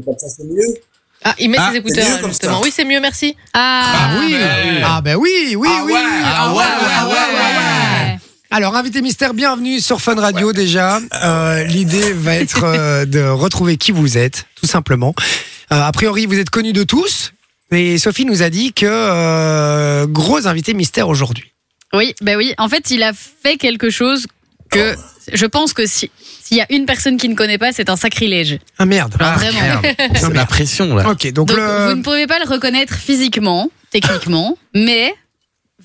G: Ah, il met
F: Ah,
G: ses écouteurs, justement. Oui, c'est mieux, merci.
C: Ah,
A: oui Ah, ben oui, oui,
B: Bah Ah
A: oui
B: ouais, ah ouais, ah ouais,
C: ouais.
A: Alors, invité mystère, bienvenue sur Fun Radio déjà. Euh, L'idée va être euh, de retrouver qui vous êtes, tout simplement. Euh, a priori, vous êtes connu de tous. Et Sophie nous a dit que euh, gros invité mystère aujourd'hui.
C: Oui, bah oui. En fait, il a fait quelque chose que je pense que si s'il y a une personne qui ne connaît pas, c'est un sacrilège.
A: Ah merde.
C: Ah, vraiment.
F: C'est la pression là.
A: Ok, donc,
C: Donc,
A: le-
C: vous ne pouvez pas le reconnaître physiquement, techniquement, mais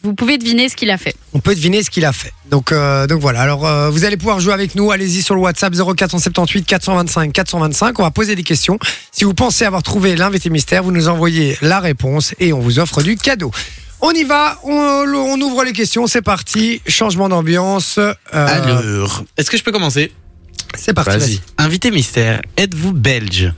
C: vous pouvez deviner ce qu'il a fait.
A: on peut deviner ce qu'il a fait. Donc, euh, donc voilà. Alors, euh, vous allez pouvoir jouer avec nous. Allez-y sur le WhatsApp 0478 425 425. On va poser des questions. Si vous pensez avoir trouvé l'invité mystère, vous nous envoyez la réponse et on vous offre du cadeau. On y va. On, on ouvre les questions. C'est parti. Changement d'ambiance. Euh,
F: Alors, est-ce que je peux commencer
A: c'est parti. vas-y.
F: Invité mystère, êtes-vous belge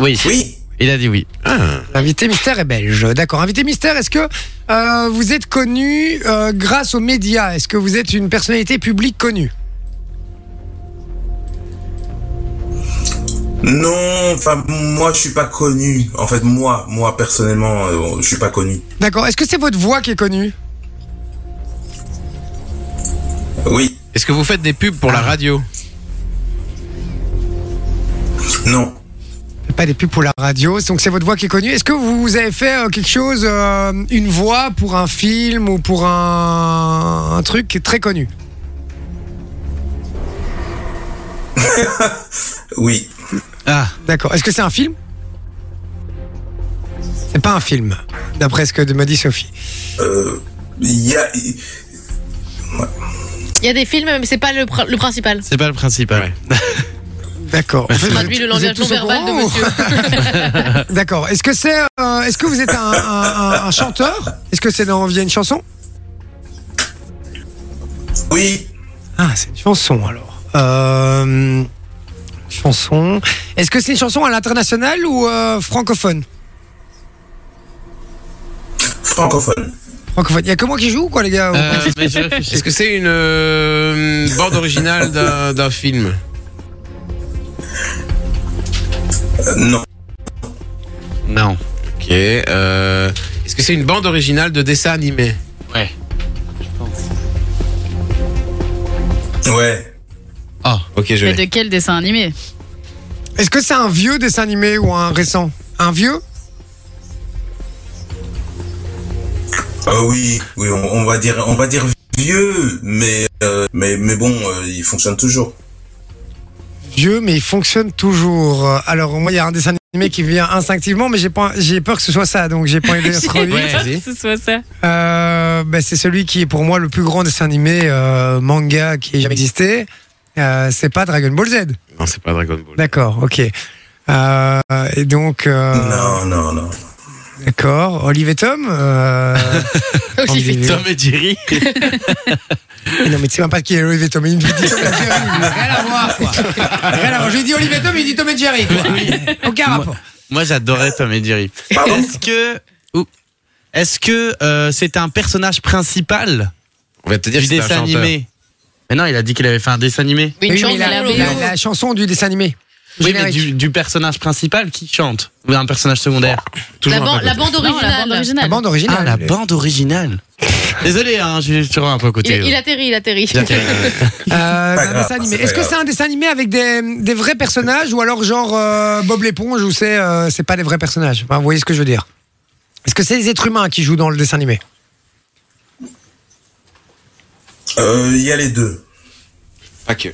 F: Oui. Oui. Il a dit oui.
B: Ah.
A: Invité mystère est belge. D'accord. Invité mystère, est-ce que euh, vous êtes connu euh, grâce aux médias Est-ce que vous êtes une personnalité publique connue
J: Non, enfin moi je suis pas connu. En fait moi, moi personnellement, euh, je suis pas connu.
A: D'accord. Est-ce que c'est votre voix qui est connue
J: Oui,
B: Est-ce que vous faites des pubs
F: Ah.
B: pour la radio
J: non,
A: C'est Pas des pubs pour la radio, donc c'est votre voix qui est connue. Est-ce que vous avez fait euh, quelque chose, euh, une voix pour un film ou pour un, un truc qui est très connu
J: oui.
F: Ah,
A: D'accord. Est-ce que c'est un film C'est pas un film, d'après ce que m'a dit Sophie.
J: Euh, Il y a,
G: Il y a des films, mais c'est pas le, pr- le principal.
F: c'est pas le principal.
A: D'accord. En fait,
G: Traduit
A: vous
G: le
A: êtes-
G: langage
A: vous
G: non
A: êtes tous au
G: verbal de
A: courant, ou-
G: monsieur.
A: D'accord. Est-ce que c'est, euh, est-ce que vous êtes un, un- un- un chanteur Est-ce que c'est dans via une chanson
J: oui,
A: Ah, c'est une chanson alors. Euh, chanson. Est-ce que c'est une chanson à l'international ou euh, francophone
J: francophone.
A: Francophone. Il y a que moi qui joue ou quoi les gars
F: Euh, mais je réfléchis.
B: Est-ce que c'est une euh, bande originale d'un d'un film
J: Euh, non,
F: Non.
B: Ok. euh, Est-ce que c'est une bande originale de dessin animé
F: Ouais.
J: ouais,
F: Ah.
B: Ok, je
C: Mais
B: l'ai.
C: de quel dessin animé
A: Est-ce que c'est un vieux dessin animé ou un récent Un vieux
J: Euh, oui, oui, on, on va dire, on va dire vieux, mais euh, mais mais bon, euh, il fonctionne toujours.
A: Vieux, mais il fonctionne toujours. Euh, Alors moi, il y a un dessin animé qui vient instinctivement, mais j'ai pas, j'ai peur que ce soit ça, donc j'ai pas envie de dire trop vite.
F: Ouais, vas-y.
C: Ce soit ça.
A: Euh, bah, c'est celui qui est pour moi le plus grand dessin animé euh, manga qui ait jamais existé. Euh, c'est pas Dragon Ball Z.
B: Non, c'est pas Dragon Ball.
A: D'accord, ok. Euh, et donc, euh,
J: Non, non, non.
A: d'accord. Olive et Tom. euh,
G: Olive
A: Olive et-
F: Tom et Jerry.
A: Mais Non, mais tu sais même pas qui est Olive et Tom. Il me dit Tom et Jerry. Rien à voir, quoi. Rien à voir. Je lui dis Olive et Tom, il dit Tom et Jerry, quoi. Aucun rapport.
F: Moi, j'adorais Tom et Jerry.
J: Pardon
F: Est-ce que. ou- Est-ce que euh, c'était un personnage principal
B: On va te dire
F: du
B: que c'est un
F: dessin
B: chanteur.
F: animé Mais non, il a dit qu'il avait fait un dessin animé.
G: Une
A: Oui,
G: chance,
A: mais la,
G: Lolo.
A: la- la chanson du dessin animé.
F: Oui, mais
A: Générique.
F: du, du personnage principal qui chante Ou un personnage secondaire
G: La,
B: Toujours un
G: ban-
B: peu
G: la bande
C: Non, la
G: originale.
C: bande originale.
A: La bande originale. Euh,
F: Ah, la bande originale Désolé, hein, je suis toujours un peu à
G: Il,
F: côté.
G: il atterrit, il atterrit.
F: J'ai atterri.
A: Euh,
J: Pas
A: d'un
J: grave,
A: dessin animé.
J: c'est pas
A: Est-ce que
J: grave.
A: c'est un dessin animé avec des, des vrais personnages ou alors genre euh, Bob l'éponge où c'est euh, c'est pas des vrais personnages Enfin, Vous voyez ce que je veux dire Est-ce que c'est les êtres humains qui jouent dans le dessin animé
J: Euh, Il y a les deux.
B: Pas que.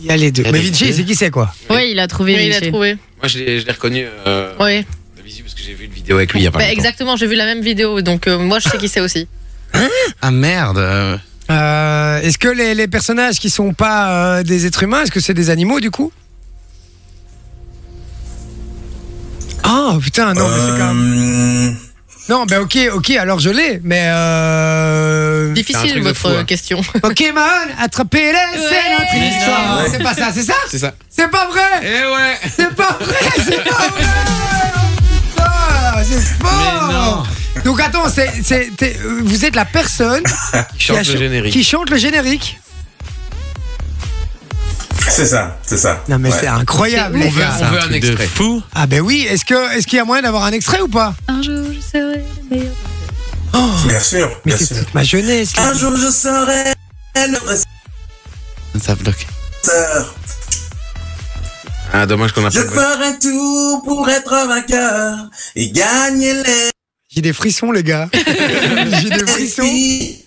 A: Il y a les deux.
F: y a
A: Mais
F: les
A: Vinci,
F: deux.
A: c'est qui c'est quoi
C: Oui, il a trouvé.
G: Oui, il a
C: Vinci.
G: trouvé.
B: Moi, je l'ai je l'ai reconnu euh,
G: Ouais.
B: de visu parce que j'ai vu une vidéo avec lui il y a pas
G: Bah,
B: longtemps.
G: exactement, j'ai vu la même vidéo, donc euh, moi je sais qui c'est aussi.
F: ah merde euh,
A: Euh, Est-ce que les, les personnages qui sont pas euh, des êtres humains, est-ce que c'est des animaux du coup Ah putain, non, mais c'est quand même.
J: Euh,
A: Non, ben ok, ok, alors je l'ai, mais. Euh...
B: C'est un
G: Difficile
B: truc de
G: votre
B: fou, hein.
G: euh, question.
A: Pokémon, attrapez-les, c'est notre histoire
F: Ouais.
A: C'est pas ça, c'est ça
B: C'est ça.
A: C'est pas vrai
B: Eh ouais
A: C'est pas vrai C'est pas vrai Ah, C'est fort Donc attends, c'est, c'est- t'es- euh, vous êtes la personne
B: Qui chante
A: a
B: le
A: ch-
B: générique.
A: qui chante le générique
J: C'est ça, c'est ça.
A: Non mais
J: Ouais.
A: c'est incroyable
B: On
A: les
B: veut,
A: gars.
B: on veut un
F: truc de
B: extrait.
F: fou
A: Ah ben oui, est-ce, que, est-ce qu'il y a moyen d'avoir un extrait ou pas
C: Un jour, je serai le meilleur.
J: Bien sûr,
A: Mais
J: bien
A: c'est
J: sûr.
A: toute ma jeunesse là.
J: Un jour je serai le
F: Ça bloque.
J: resteur.
B: Ah, dommage qu'on a
J: Je
B: pas.
J: ferai tout pour être vainqueur et gagner les
A: J'ai des frissons les gars. J'ai des frissons.
J: filles.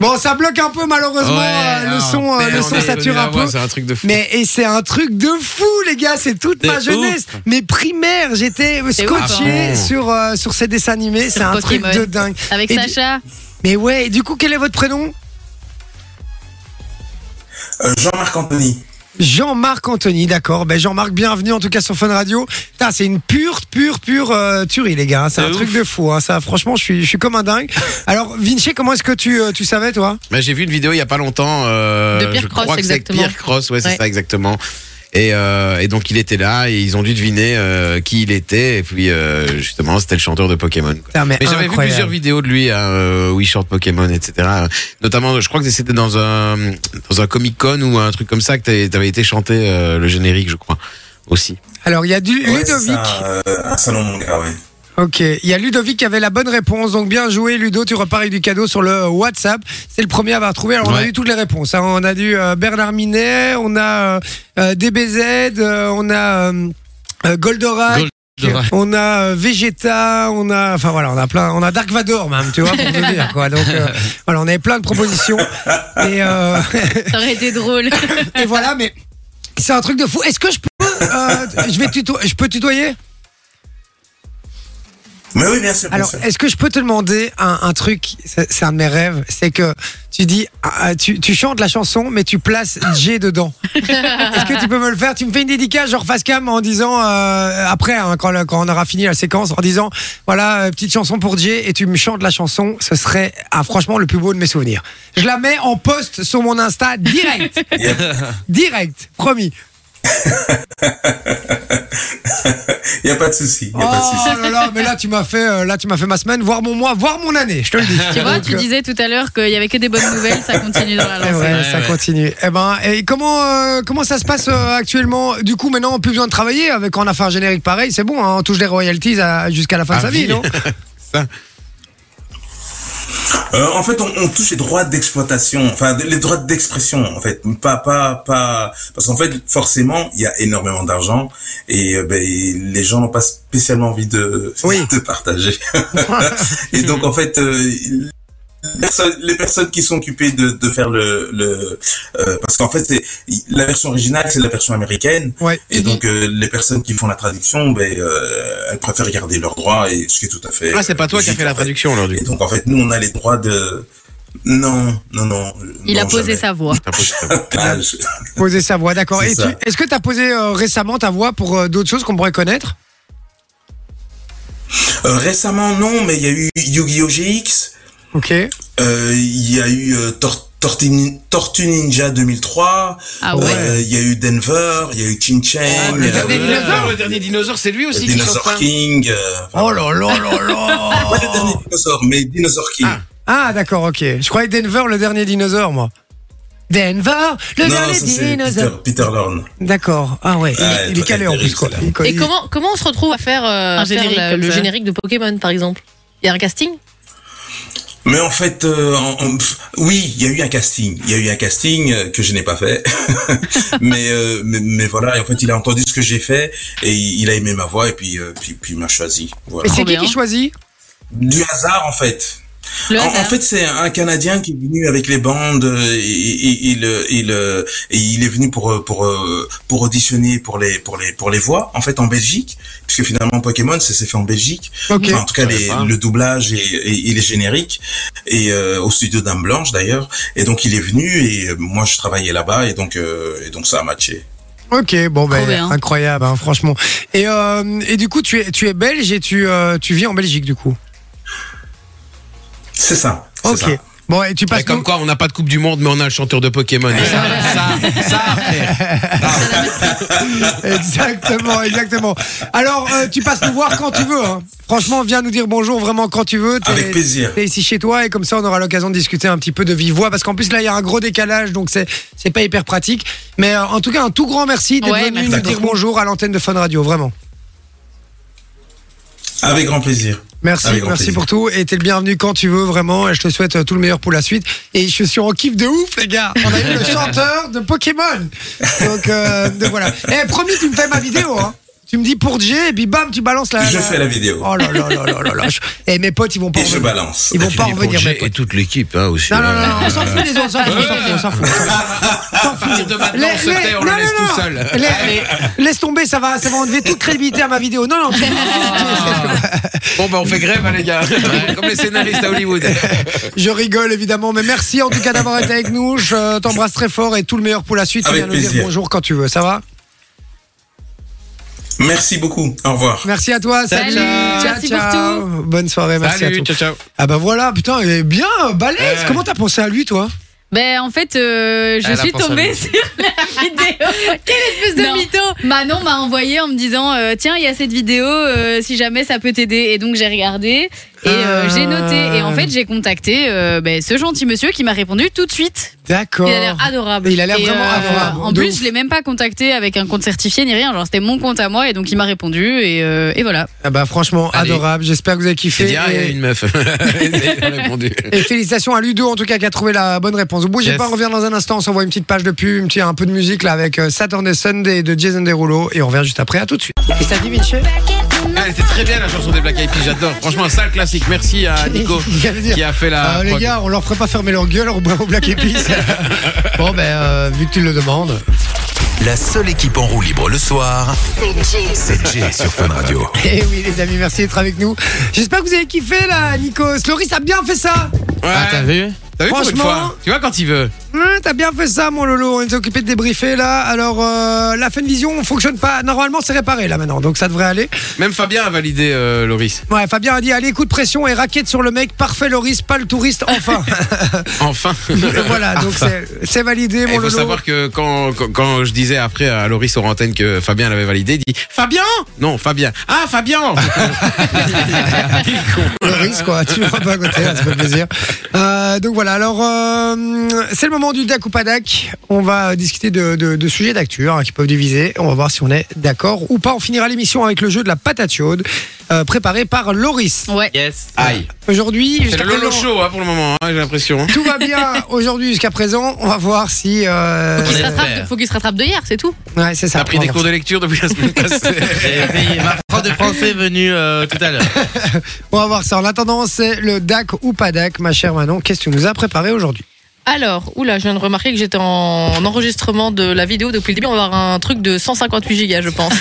A: Bon ça bloque un peu malheureusement,
F: Ouais,
A: euh, le
F: alors,
A: son, euh,
B: Mais
A: le
B: on
A: son
B: a reconnu
A: sature
B: la
A: un
B: voix,
A: peu.
B: C'est un truc de fou.
A: Mais et c'est un truc de fou les gars, c'est toute
F: De
A: ma jeunesse.
F: ouf.
A: Mes primaires, j'étais scotché
B: hein.
A: sur euh, sur ces dessins animés, c'est
C: Sur
A: un
C: Pokémon.
A: truc de dingue.
C: Avec
A: Et du-
C: Sacha.
A: Mais ouais, et du coup quel est votre prénom
J: Euh, Jean-Marc Anthony.
A: Jean-Marc Anthony, d'accord. Ben Jean-Marc, bienvenue en tout cas sur Fun Radio. Putain, c'est une pure, pure, pure euh, tuerie les gars. C'est
F: De
A: un truc de fou. Hein. Ça, franchement, je suis, je suis comme un dingue. Alors Vinci, comment est-ce que tu, euh, tu savais toi
B: Bah, j'ai vu une vidéo il y a pas longtemps. euh,
G: De Pierre
B: je
G: Cross,
B: crois que c'est
G: exactement.
B: Pierre Cross, ouais, c'est
G: Ouais.
B: ça exactement. Et, euh, et donc il était là et ils ont dû deviner euh, qui il était. Et puis euh, justement, c'était le chanteur de Pokémon. quoi.
A: Putain, mais
B: Mais j'avais vu
A: incroyable.
B: plusieurs vidéos de lui hein, euh, où il chante Pokémon, etc. Notamment, je crois que c'était dans un dans un Comic Con ou un truc comme ça que t'avais t'avais été chanté euh, le générique, je crois, aussi.
A: Alors, il y a du
J: Ouais, c'est
A: Ludovic.
J: ça, euh, un salon manga, ouais.
A: Ok, il y a Ludovic qui avait la bonne réponse, donc bien joué Ludo, tu repars avec du cadeau sur le WhatsApp. C'est le premier à avoir trouvé. Alors on a
B: Ouais.
A: eu toutes les réponses. hein. On a du euh, Bernard Minet, on a euh, euh, DBZ, euh, on a euh, euh, Goldorak.
F: Goldorak.
A: On a euh, Vegeta, on a, enfin voilà, on a plein, on a Dark Vador même, tu vois, pour te dire quoi. Donc euh, voilà, on avait plein de propositions et, euh,
C: Ça aurait été drôle.
A: et voilà, mais c'est un truc de fou. Est-ce que je peux, euh, je vais tuto- je peux tutoyer
J: Mais oui, bien sûr. bien
A: Alors,
J: sûr.
A: est-ce que je peux te demander un, un truc C'est c'est un de mes rêves. C'est que tu dis, ah, ah, tu, tu chantes la chanson, mais tu places J dedans. est-ce que tu peux me le faire Tu me fais une dédicace, genre face cam, en disant, euh, après, hein, quand, le- quand on aura fini la séquence, en disant, voilà, euh, petite chanson pour J, et tu me chantes la chanson. Ce serait, ah, franchement, le plus beau de mes souvenirs. Je la mets en post sur mon Insta direct.
J: Yep.
A: direct, promis.
J: Il n'y a pas de souci. Il
A: Oh
J: a pas de souci.
A: là là, mais là, tu m'as fait, euh, là, tu m'as fait ma semaine, voire mon mois, voire mon année, je te le dis.
C: Tu vois, tu
A: Donc, euh,
C: disais tout à l'heure qu'il y avait que des bonnes nouvelles, ça continue dans la
A: C'est
C: lancée.
A: vrai,
F: Ouais,
A: Eh ça
F: ouais.
A: continue. Eh ben, et comment euh, comment ça se passe euh, actuellement Du coup, maintenant, plus besoin de travailler avec on a fait un générique pareil, c'est bon, hein, on touche des royalties à- jusqu'à la fin
J: Ah
A: de sa
B: À
A: vie,
B: vie.
A: non
J: Euh, en fait, on, on touche les droits d'exploitation, enfin de- les droits d'expression, en fait, pas pas pas, parce qu'en fait, forcément, il y a énormément d'argent et euh, ben, les gens n'ont pas spécialement envie de
A: Oui.
J: de partager. et donc, en fait, euh, les personnes- les personnes qui sont occupées de, de faire le, le euh, parce qu'en fait, c'est la version originale, c'est la version américaine.
A: Ouais.
B: Mhm.
J: Et donc, euh, les personnes qui font la traduction, ben, euh, elles préfèrent garder leurs droits et ce qui est tout à fait.
B: Ah, c'est pas toi qui as
J: logique,
B: fait la
J: en fait.
B: traduction alors du
J: Et
B: coup.
J: donc en fait, nous, on a les droits de... Non, non, non.
C: Il
J: non,
C: a posé
J: jamais.
C: sa voix.
B: T'as posé ta voix.
J: Ah, je-
A: Poser sa voix, d'accord.
J: C'est
A: Et tu-
J: ça.
A: Est-ce que tu as posé euh, récemment ta voix pour euh, d'autres choses qu'on pourrait connaître
J: Euh, récemment, non, mais il y a eu Yu-Gi-Oh! GX,
A: Ok.
J: euh, il y a eu euh, Tor- Tortue Nin- Tortue Ninja 2003,
C: Ah
J: euh, il
C: ouais.
J: y a eu Denver, il y a eu Chin Chang,
B: Oh,
J: il
B: le
J: y a
B: dernier
J: eu,
B: dinosaure, le dernier dinosaure, c'est lui
J: euh,
B: aussi qui chante hein.
J: Dinosaur
B: ça.
J: King. euh, enfin,
A: Oh là là là là
J: Pas le dernier dinosaure, mais Dinosaur King.
A: Ah, d'accord, ok. Je croyais Denver, le dernier dinosaure, moi. Denver, le
J: non,
A: dernier
J: ça c'est Peter,
A: dinosaure.
J: Peter Lorne.
A: D'accord. Ah ouais, il, est-
J: Ouais,
A: il est calé en plus, quoi.
J: excellent.
A: Il-
G: Et comment, comment on se retrouve à faire, euh, à faire
C: générique
G: la-
C: comme
G: le
C: ça.
G: générique de Pokémon, par exemple Il y a un casting
J: Mais en fait, euh, en- en- pff, oui, il y a eu un casting. Il y a eu un casting euh, que je n'ai pas fait, mais, euh, mais mais voilà. Et en fait, il a entendu ce que j'ai fait et il il a aimé ma voix et puis euh, puis puis il m'a choisi.
A: Mais
J: Voilà.
A: c'est
C: Trop
A: qui
C: bien.
A: qui choisit
J: Du hasard en fait.
C: Le
B: Ah,
J: En, en
C: hasard.
J: fait, c'est un Canadien qui est venu avec les bandes. euh, et- et- et Il il euh, et il est venu pour euh, pour euh, pour auditionner pour les pour les pour les voix en fait en Belgique puisque finalement Pokémon ça s'est fait en Belgique.
A: Ok.
J: Enfin, en tout cas,
B: Ouais,
J: les-
B: pas.
J: le doublage et, et- et les génériques et euh, au studio Dame Blanche d'ailleurs. Et donc il est venu et euh, moi je travaillais là-bas et donc euh, et donc ça a matché.
A: Ok, bon ben
C: Trop bien.
A: incroyable, hein, franchement. Et, euh, et du coup, tu es, tu es belge et tu, euh, tu vis en Belgique du coup.
J: C'est ça. c'est
A: Ok.
J: ça. Ben,
A: Bon et tu
B: Ouais,
A: passes
B: Bah, comme
A: nous-
B: quoi, on n'a pas de Coupe du Monde, mais on a le chanteur de Pokémon. Et ça, ça, ça, frère.
A: exactement, exactement. Alors euh, tu passes nous voir quand tu veux. hein. Franchement, viens nous dire bonjour vraiment quand tu veux. T'es-
J: Avec plaisir.
A: T'es ici chez toi et comme ça on aura l'occasion de discuter un petit peu de vive voix parce qu'en plus là il y a un gros décalage donc c'est c'est pas hyper pratique. Mais euh, en tout cas un tout grand merci d'être
C: Ouais,
A: venu
C: merci
A: nous
C: beaucoup.
A: dire bonjour à l'antenne de Fun Radio vraiment.
J: Avec grand plaisir.
A: Merci,
J: Avec grand
A: merci
J: plaisir.
A: pour tout et t'es le bienvenu quand tu veux vraiment et je te souhaite euh, tout le meilleur pour la suite et je suis en kiff de ouf les gars on a eu le chanteur de Pokémon donc, euh, donc voilà et promis tu me fais ma vidéo hein. tu me dis pour J et puis bam tu balances la
J: je
A: la-
J: fais la vidéo
A: oh là là là là là là et mes potes ils vont pas
J: et je
A: revenir.
J: balance.
A: ils vont
B: Tu
A: pas
B: dis pour
A: revenir
B: Jay
A: mes potes
B: et toute l'équipe hein, aussi.
A: non non non, non, on s'en fout les autres on s'en fout on s'en fout, on s'en fout on s'en fout.
B: À partir de maintenant, on
A: Les-
B: se
A: les-
B: tait, on
A: non,
B: le laisse
A: non,
B: tout
A: non.
B: seul.
A: Les- Laisse tomber, ça va, ça va enlever toute crédibilité à ma vidéo. Non, non, tu-
B: Bon, bah, on fait grève, hein, les gars. Comme les scénaristes à Hollywood.
A: Je rigole évidemment, mais merci en tout cas d'avoir été avec nous. Je t'embrasse très fort et tout le meilleur pour la suite. Tu
J: Avec
A: viens nous dire
J: plaisir.
A: bonjour quand tu veux, ça va
J: Merci beaucoup. Au revoir.
A: Merci à toi, salut,
C: Salut,
A: ciao,
C: merci pour
A: ciao. Bonne soirée, merci à
B: Salut,
A: tous.
B: ciao, ciao.
A: Ah bah voilà, putain, il est bien euh, balèze.
B: Ouais.
A: Comment t'as pensé à lui, toi
H: Ben, en fait, euh, je
B: Elle a
H: suis
B: pensé à
H: tombée
B: lui.
H: sur la vidéo.
C: Espèce
H: Non.
C: de mytho.
H: Manon m'a envoyé en me disant euh, Tiens, il y a cette vidéo, euh, si jamais ça peut t'aider. Et donc, j'ai regardé et euh,
A: Ah.
H: j'ai noté. Et en fait, j'ai contacté euh, ben, ce gentil monsieur qui m'a répondu tout de suite.
A: D'accord.
H: Il a l'air adorable.
A: Oh. Il a l'air
H: Et, euh,
A: vraiment adorable,
H: En
A: de
H: plus,
A: ouf.
H: je l'ai même pas contacté avec un compte certifié ni rien. Genre, c'était mon compte à moi et donc il m'a répondu et, euh, et voilà.
A: Ah bah, franchement,
B: Allez.
A: adorable. J'espère que vous avez
B: J'ai
A: kiffé.
B: dit, ah, il y a
A: Et,
B: une meuf. Elle a répondu.
A: et félicitations à Ludo, en tout cas, qui a trouvé la bonne réponse. Vous bougez
B: Yes.
A: pas, on revient dans un instant. On s'envoie une petite page de pub, une petite- un peu de musique là avec euh, Saturday Sunday de Jason Derulo. Et on revient juste après. À tout de suite. Et ça dit, Vinci
B: Ah, elle était très bien la chanson des Black Eyed Peas, j'adore. Franchement, un sale classique. Merci à Nico
A: J'allais dire.
B: qui a fait la.
A: Ah, les
B: prod.
A: gars, on leur ferait pas fermer leur gueule au, au Black Épice. bon, ben, euh, vu que tu le demandes.
D: La seule équipe en roue libre le soir,
K: C'est Jay.
D: c'est Jay sur Fun Radio.
A: Eh oui, les amis, merci d'être avec nous. J'espère que vous avez kiffé, là, Nikos. Loris a bien fait ça.
B: Ouais.
F: Ah, t'as vu
B: T'as vu pour une
A: Franchement-
B: fois Tu vois quand il veut.
A: Hein, T'as bien fait ça, mon Lolo. On était occupé de débriefer, là. Alors, euh, la fin de vision fonctionne pas. Normalement, c'est réparé, là, maintenant. Donc, ça devrait aller.
B: Même Fabien a validé euh, Loris.
A: Ouais, Fabien a dit allez, coup de pression et raquette sur le mec. Parfait, Loris, pas le touriste, enfin.
B: Enfin.
A: voilà, donc c'est- c'est validé,
B: Et
A: mon
B: Il faut
A: Lolo.
B: savoir que quand, quand, quand je disais après à Loris sur antenne que Fabien l'avait validé, il dit Fabien Non, Fabien. Ah, Fabien
A: Loris, quoi. Tu vas pas à côté, ça fait plaisir. Euh, donc voilà, alors euh, c'est le moment du Dac ou pas Dac. On va discuter de, de- de sujets d'actu hein, qui peuvent diviser. On va voir si on est d'accord ou pas. On finira l'émission avec le jeu de la patate chaude euh, préparé par Loris.
H: Ouais.
F: Yes.
B: Aïe.
A: Aujourd'hui,
B: C'est
A: jusqu'à
B: le lolo
A: présent,
B: chaud hein, pour le moment, hein, j'ai l'impression.
A: tout va bien. Aujourd'hui, jusqu'à présent, on va voir si. euh,
C: Il se rattrape
F: espère.
C: de- faut qu'il se rattrape de hier, c'est tout.
A: ouais, c'est ça.
B: T'as pris
A: On
B: des
A: va
B: cours de lecture depuis la semaine passée.
F: Et puis, ma prof de français est venue euh, tout à l'heure.
A: On va voir ça. En attendant, c'est le DAC ou pas DAC, ma chère Manon. Qu'est-ce que tu nous as préparé aujourd'hui
C: Alors, oula, je viens de remarquer que j'étais en en enregistrement de la vidéo depuis le début. On va avoir un truc de 158 gigas, je pense.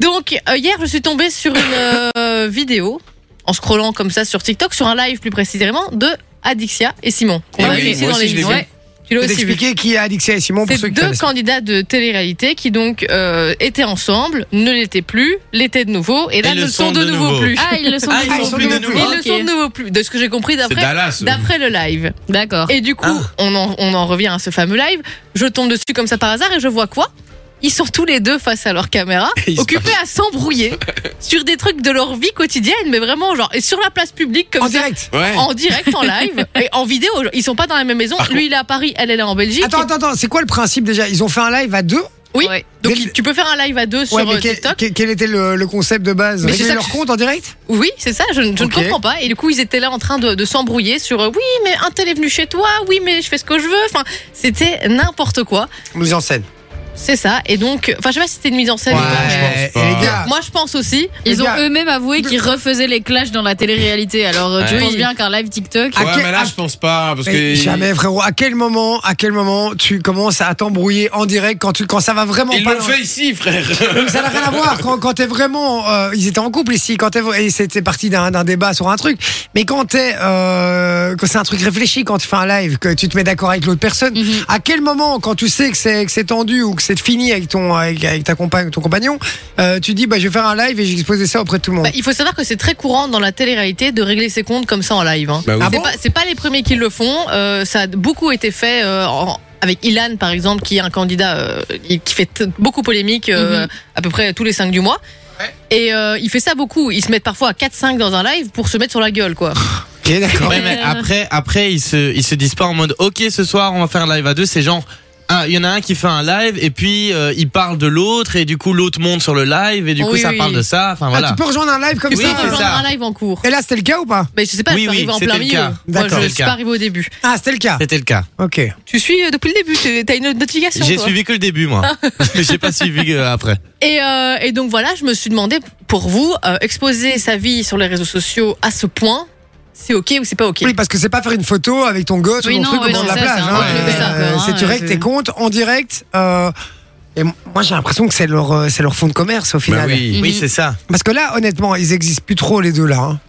C: Donc, euh, hier, je suis tombée sur une euh, vidéo, en scrollant comme ça sur TikTok, sur un live plus précisément, de Adixia et Simon. qu'on
B: Eh
C: a
B: oui,
C: fait ici
B: moi
C: dans
B: aussi, je l'ai
C: l'émission.
B: vu.
C: Ouais, tu l'as
A: Je vais
C: aussi vu.
A: t'expliquer qui est Alixia et Simon pour ceux
C: C'est
A: qui
C: deux
A: connaissent.
C: candidats de télé-réalité qui donc euh, étaient ensemble, ne l'étaient plus, l'étaient de nouveau, et là
F: Et
C: ne le sont de nouveau, plus.
H: Ah, ils le sont
F: Ah,
H: de
F: ils
H: nouveau.
A: sont plus de nouveau.
C: Ils le sont de
H: Ok.
C: nouveau plus, de ce que j'ai compris
B: C'est
C: d'après
B: Dallas.
C: d'après le live.
H: D'accord.
C: Et du coup,
A: Ah.
C: on, en, on en revient à ce fameux live. Je tombe dessus comme ça par hasard et je vois quoi Ils sont tous les deux face à leur caméra,
B: Ils se
C: occupés à s'embrouiller sur des trucs de leur vie quotidienne, mais vraiment genre et sur la place publique comme
A: En
C: ça.
A: direct.
B: Ouais.
C: En direct, en live et en vidéo. Ils sont pas dans la même maison. Lui, il est à Paris, elle, elle est en Belgique.
A: Attends, attends, attends, c'est quoi le principe déjà Ils ont fait un live à deux
C: Oui.
H: Ouais.
C: Donc,
A: Dès le-
C: tu peux faire un live à deux sur
A: mais
C: euh,
A: quel,
C: TikTok.
A: quel- quel était le, le concept de base
C: Mais c'est
A: Régler
C: ça
A: leur
C: que je-
A: compte en direct
C: Oui, c'est ça, je, ne- je
A: Ok.
C: ne comprends pas. Et du coup, ils étaient là en train de, de s'embrouiller sur euh, oui, mais un tel est venu chez toi, oui, mais je fais ce que je veux. Enfin, c'était n'importe quoi.
A: Nous en scène.
C: C'est ça. Et donc, enfin, je sais pas si c'était une mise en scène. ou pas,
A: Ouais,
C: mais-
B: je pense
A: et les
B: pas.
A: gars,
C: Moi, je pense aussi.
A: Les
H: Ils ont
A: gars-
H: eux-mêmes avoué qu'ils refaisaient les clashs dans la télé-réalité. Alors, euh, tu
F: Ouais.
H: penses bien qu'un live TikTok.
A: Ah,
B: Ouais,
A: à quel-
B: mais là,
A: à-
B: je pense pas. Ah, Parce
A: mais
B: que
A: jamais frérot, à quel moment, à quel moment tu commences à t'embrouiller en direct quand tu quand ça va vraiment
B: Ils
A: pas
B: l'ont fait ici, frère.
A: Mais Ça n'a rien à voir quand, quand t'es vraiment. euh, ils étaient en couple ici, quand t'es, et c'était parti d'un, d'un débat sur un truc. Mais quand t'es. Euh, quand c'est un truc réfléchi, quand tu fais un live, que tu te mets d'accord avec l'autre personne,
C: Mhm.
A: à quel moment, quand tu sais que c'est, que c'est tendu ou que c'est fini avec, ton, avec, avec ta compagne, ton compagnon, euh, tu dis, bah, je vais faire un live et j'ai exposé ça auprès de tout le monde
C: Bah, il faut savoir que c'est très courant dans la télé-réalité de régler ses comptes comme ça en live. hein.
B: Bah oui.
A: Ah
C: c'est
A: bon
C: pas, c'est pas les premiers qui le font. euh, ça a beaucoup été fait euh, en- avec Ilan, par exemple, qui est un candidat euh, qui fait t- beaucoup polémique
H: Mm-hmm.
C: euh, à peu près tous les 5 du mois. Et euh, il fait ça beaucoup. Ils se mettent parfois à 4-5 dans un live pour se mettre sur la gueule, quoi.
A: Ok, d'accord. Ah,
F: Ouais, mais après, après ils, se, ils se disent pas en mode Ok, ce soir, on va faire un live à deux. C'est genre. ah, Il y en a un qui fait un live et puis euh, il parle de l'autre et du coup l'autre monte sur le live et du coup
C: Oui,
F: ça
C: oui.
F: parle de ça. Enfin
A: Ah,
F: voilà.
A: tu peux rejoindre un live comme
C: Tu
A: ça
C: peux
F: c'est
C: rejoindre
F: ça.
C: un live en cours.
A: Et là, c'était le cas ou pas
C: Mais je sais pas,
F: Oui,
C: ça
F: oui,
C: arrive en
F: c'était
C: plein
F: le
C: milieu.
F: cas.
C: Moi,
A: D'accord.
C: je
F: C'était
C: suis
F: le
C: pas
F: cas.
C: arrivé au début.
A: Ah, c'était le cas.
F: C'était le cas.
A: Ok.
C: Tu suis euh, depuis le début, t'es- t'as une notification.
F: J'ai
C: toi.
F: suivi que le début moi. J'ai pas suivi euh, après.
C: Et, euh, et donc voilà, je me suis demandé pour vous, euh, exposer sa vie sur les réseaux sociaux à ce point, c'est ok ou c'est pas ok
A: Oui, parce que c'est pas faire une photo avec ton gosse
H: Oui,
A: ou ton
H: non,
A: truc au
H: oui,
A: bord de la
H: c'est ça,
A: plage.
H: c'est
A: hein.
H: un
C: peu
A: Euh,
C: ça, quoi,
A: c'est
C: hein,
A: tu règles
C: c'est-
A: tes comptes en direct. euh, et m- moi, j'ai l'impression que c'est leur, euh, c'est leur fond de commerce au
B: Bah
A: final.
B: oui.
F: Oui, c'est ça.
A: Parce que là, honnêtement, ils existent plus trop les deux là. hein.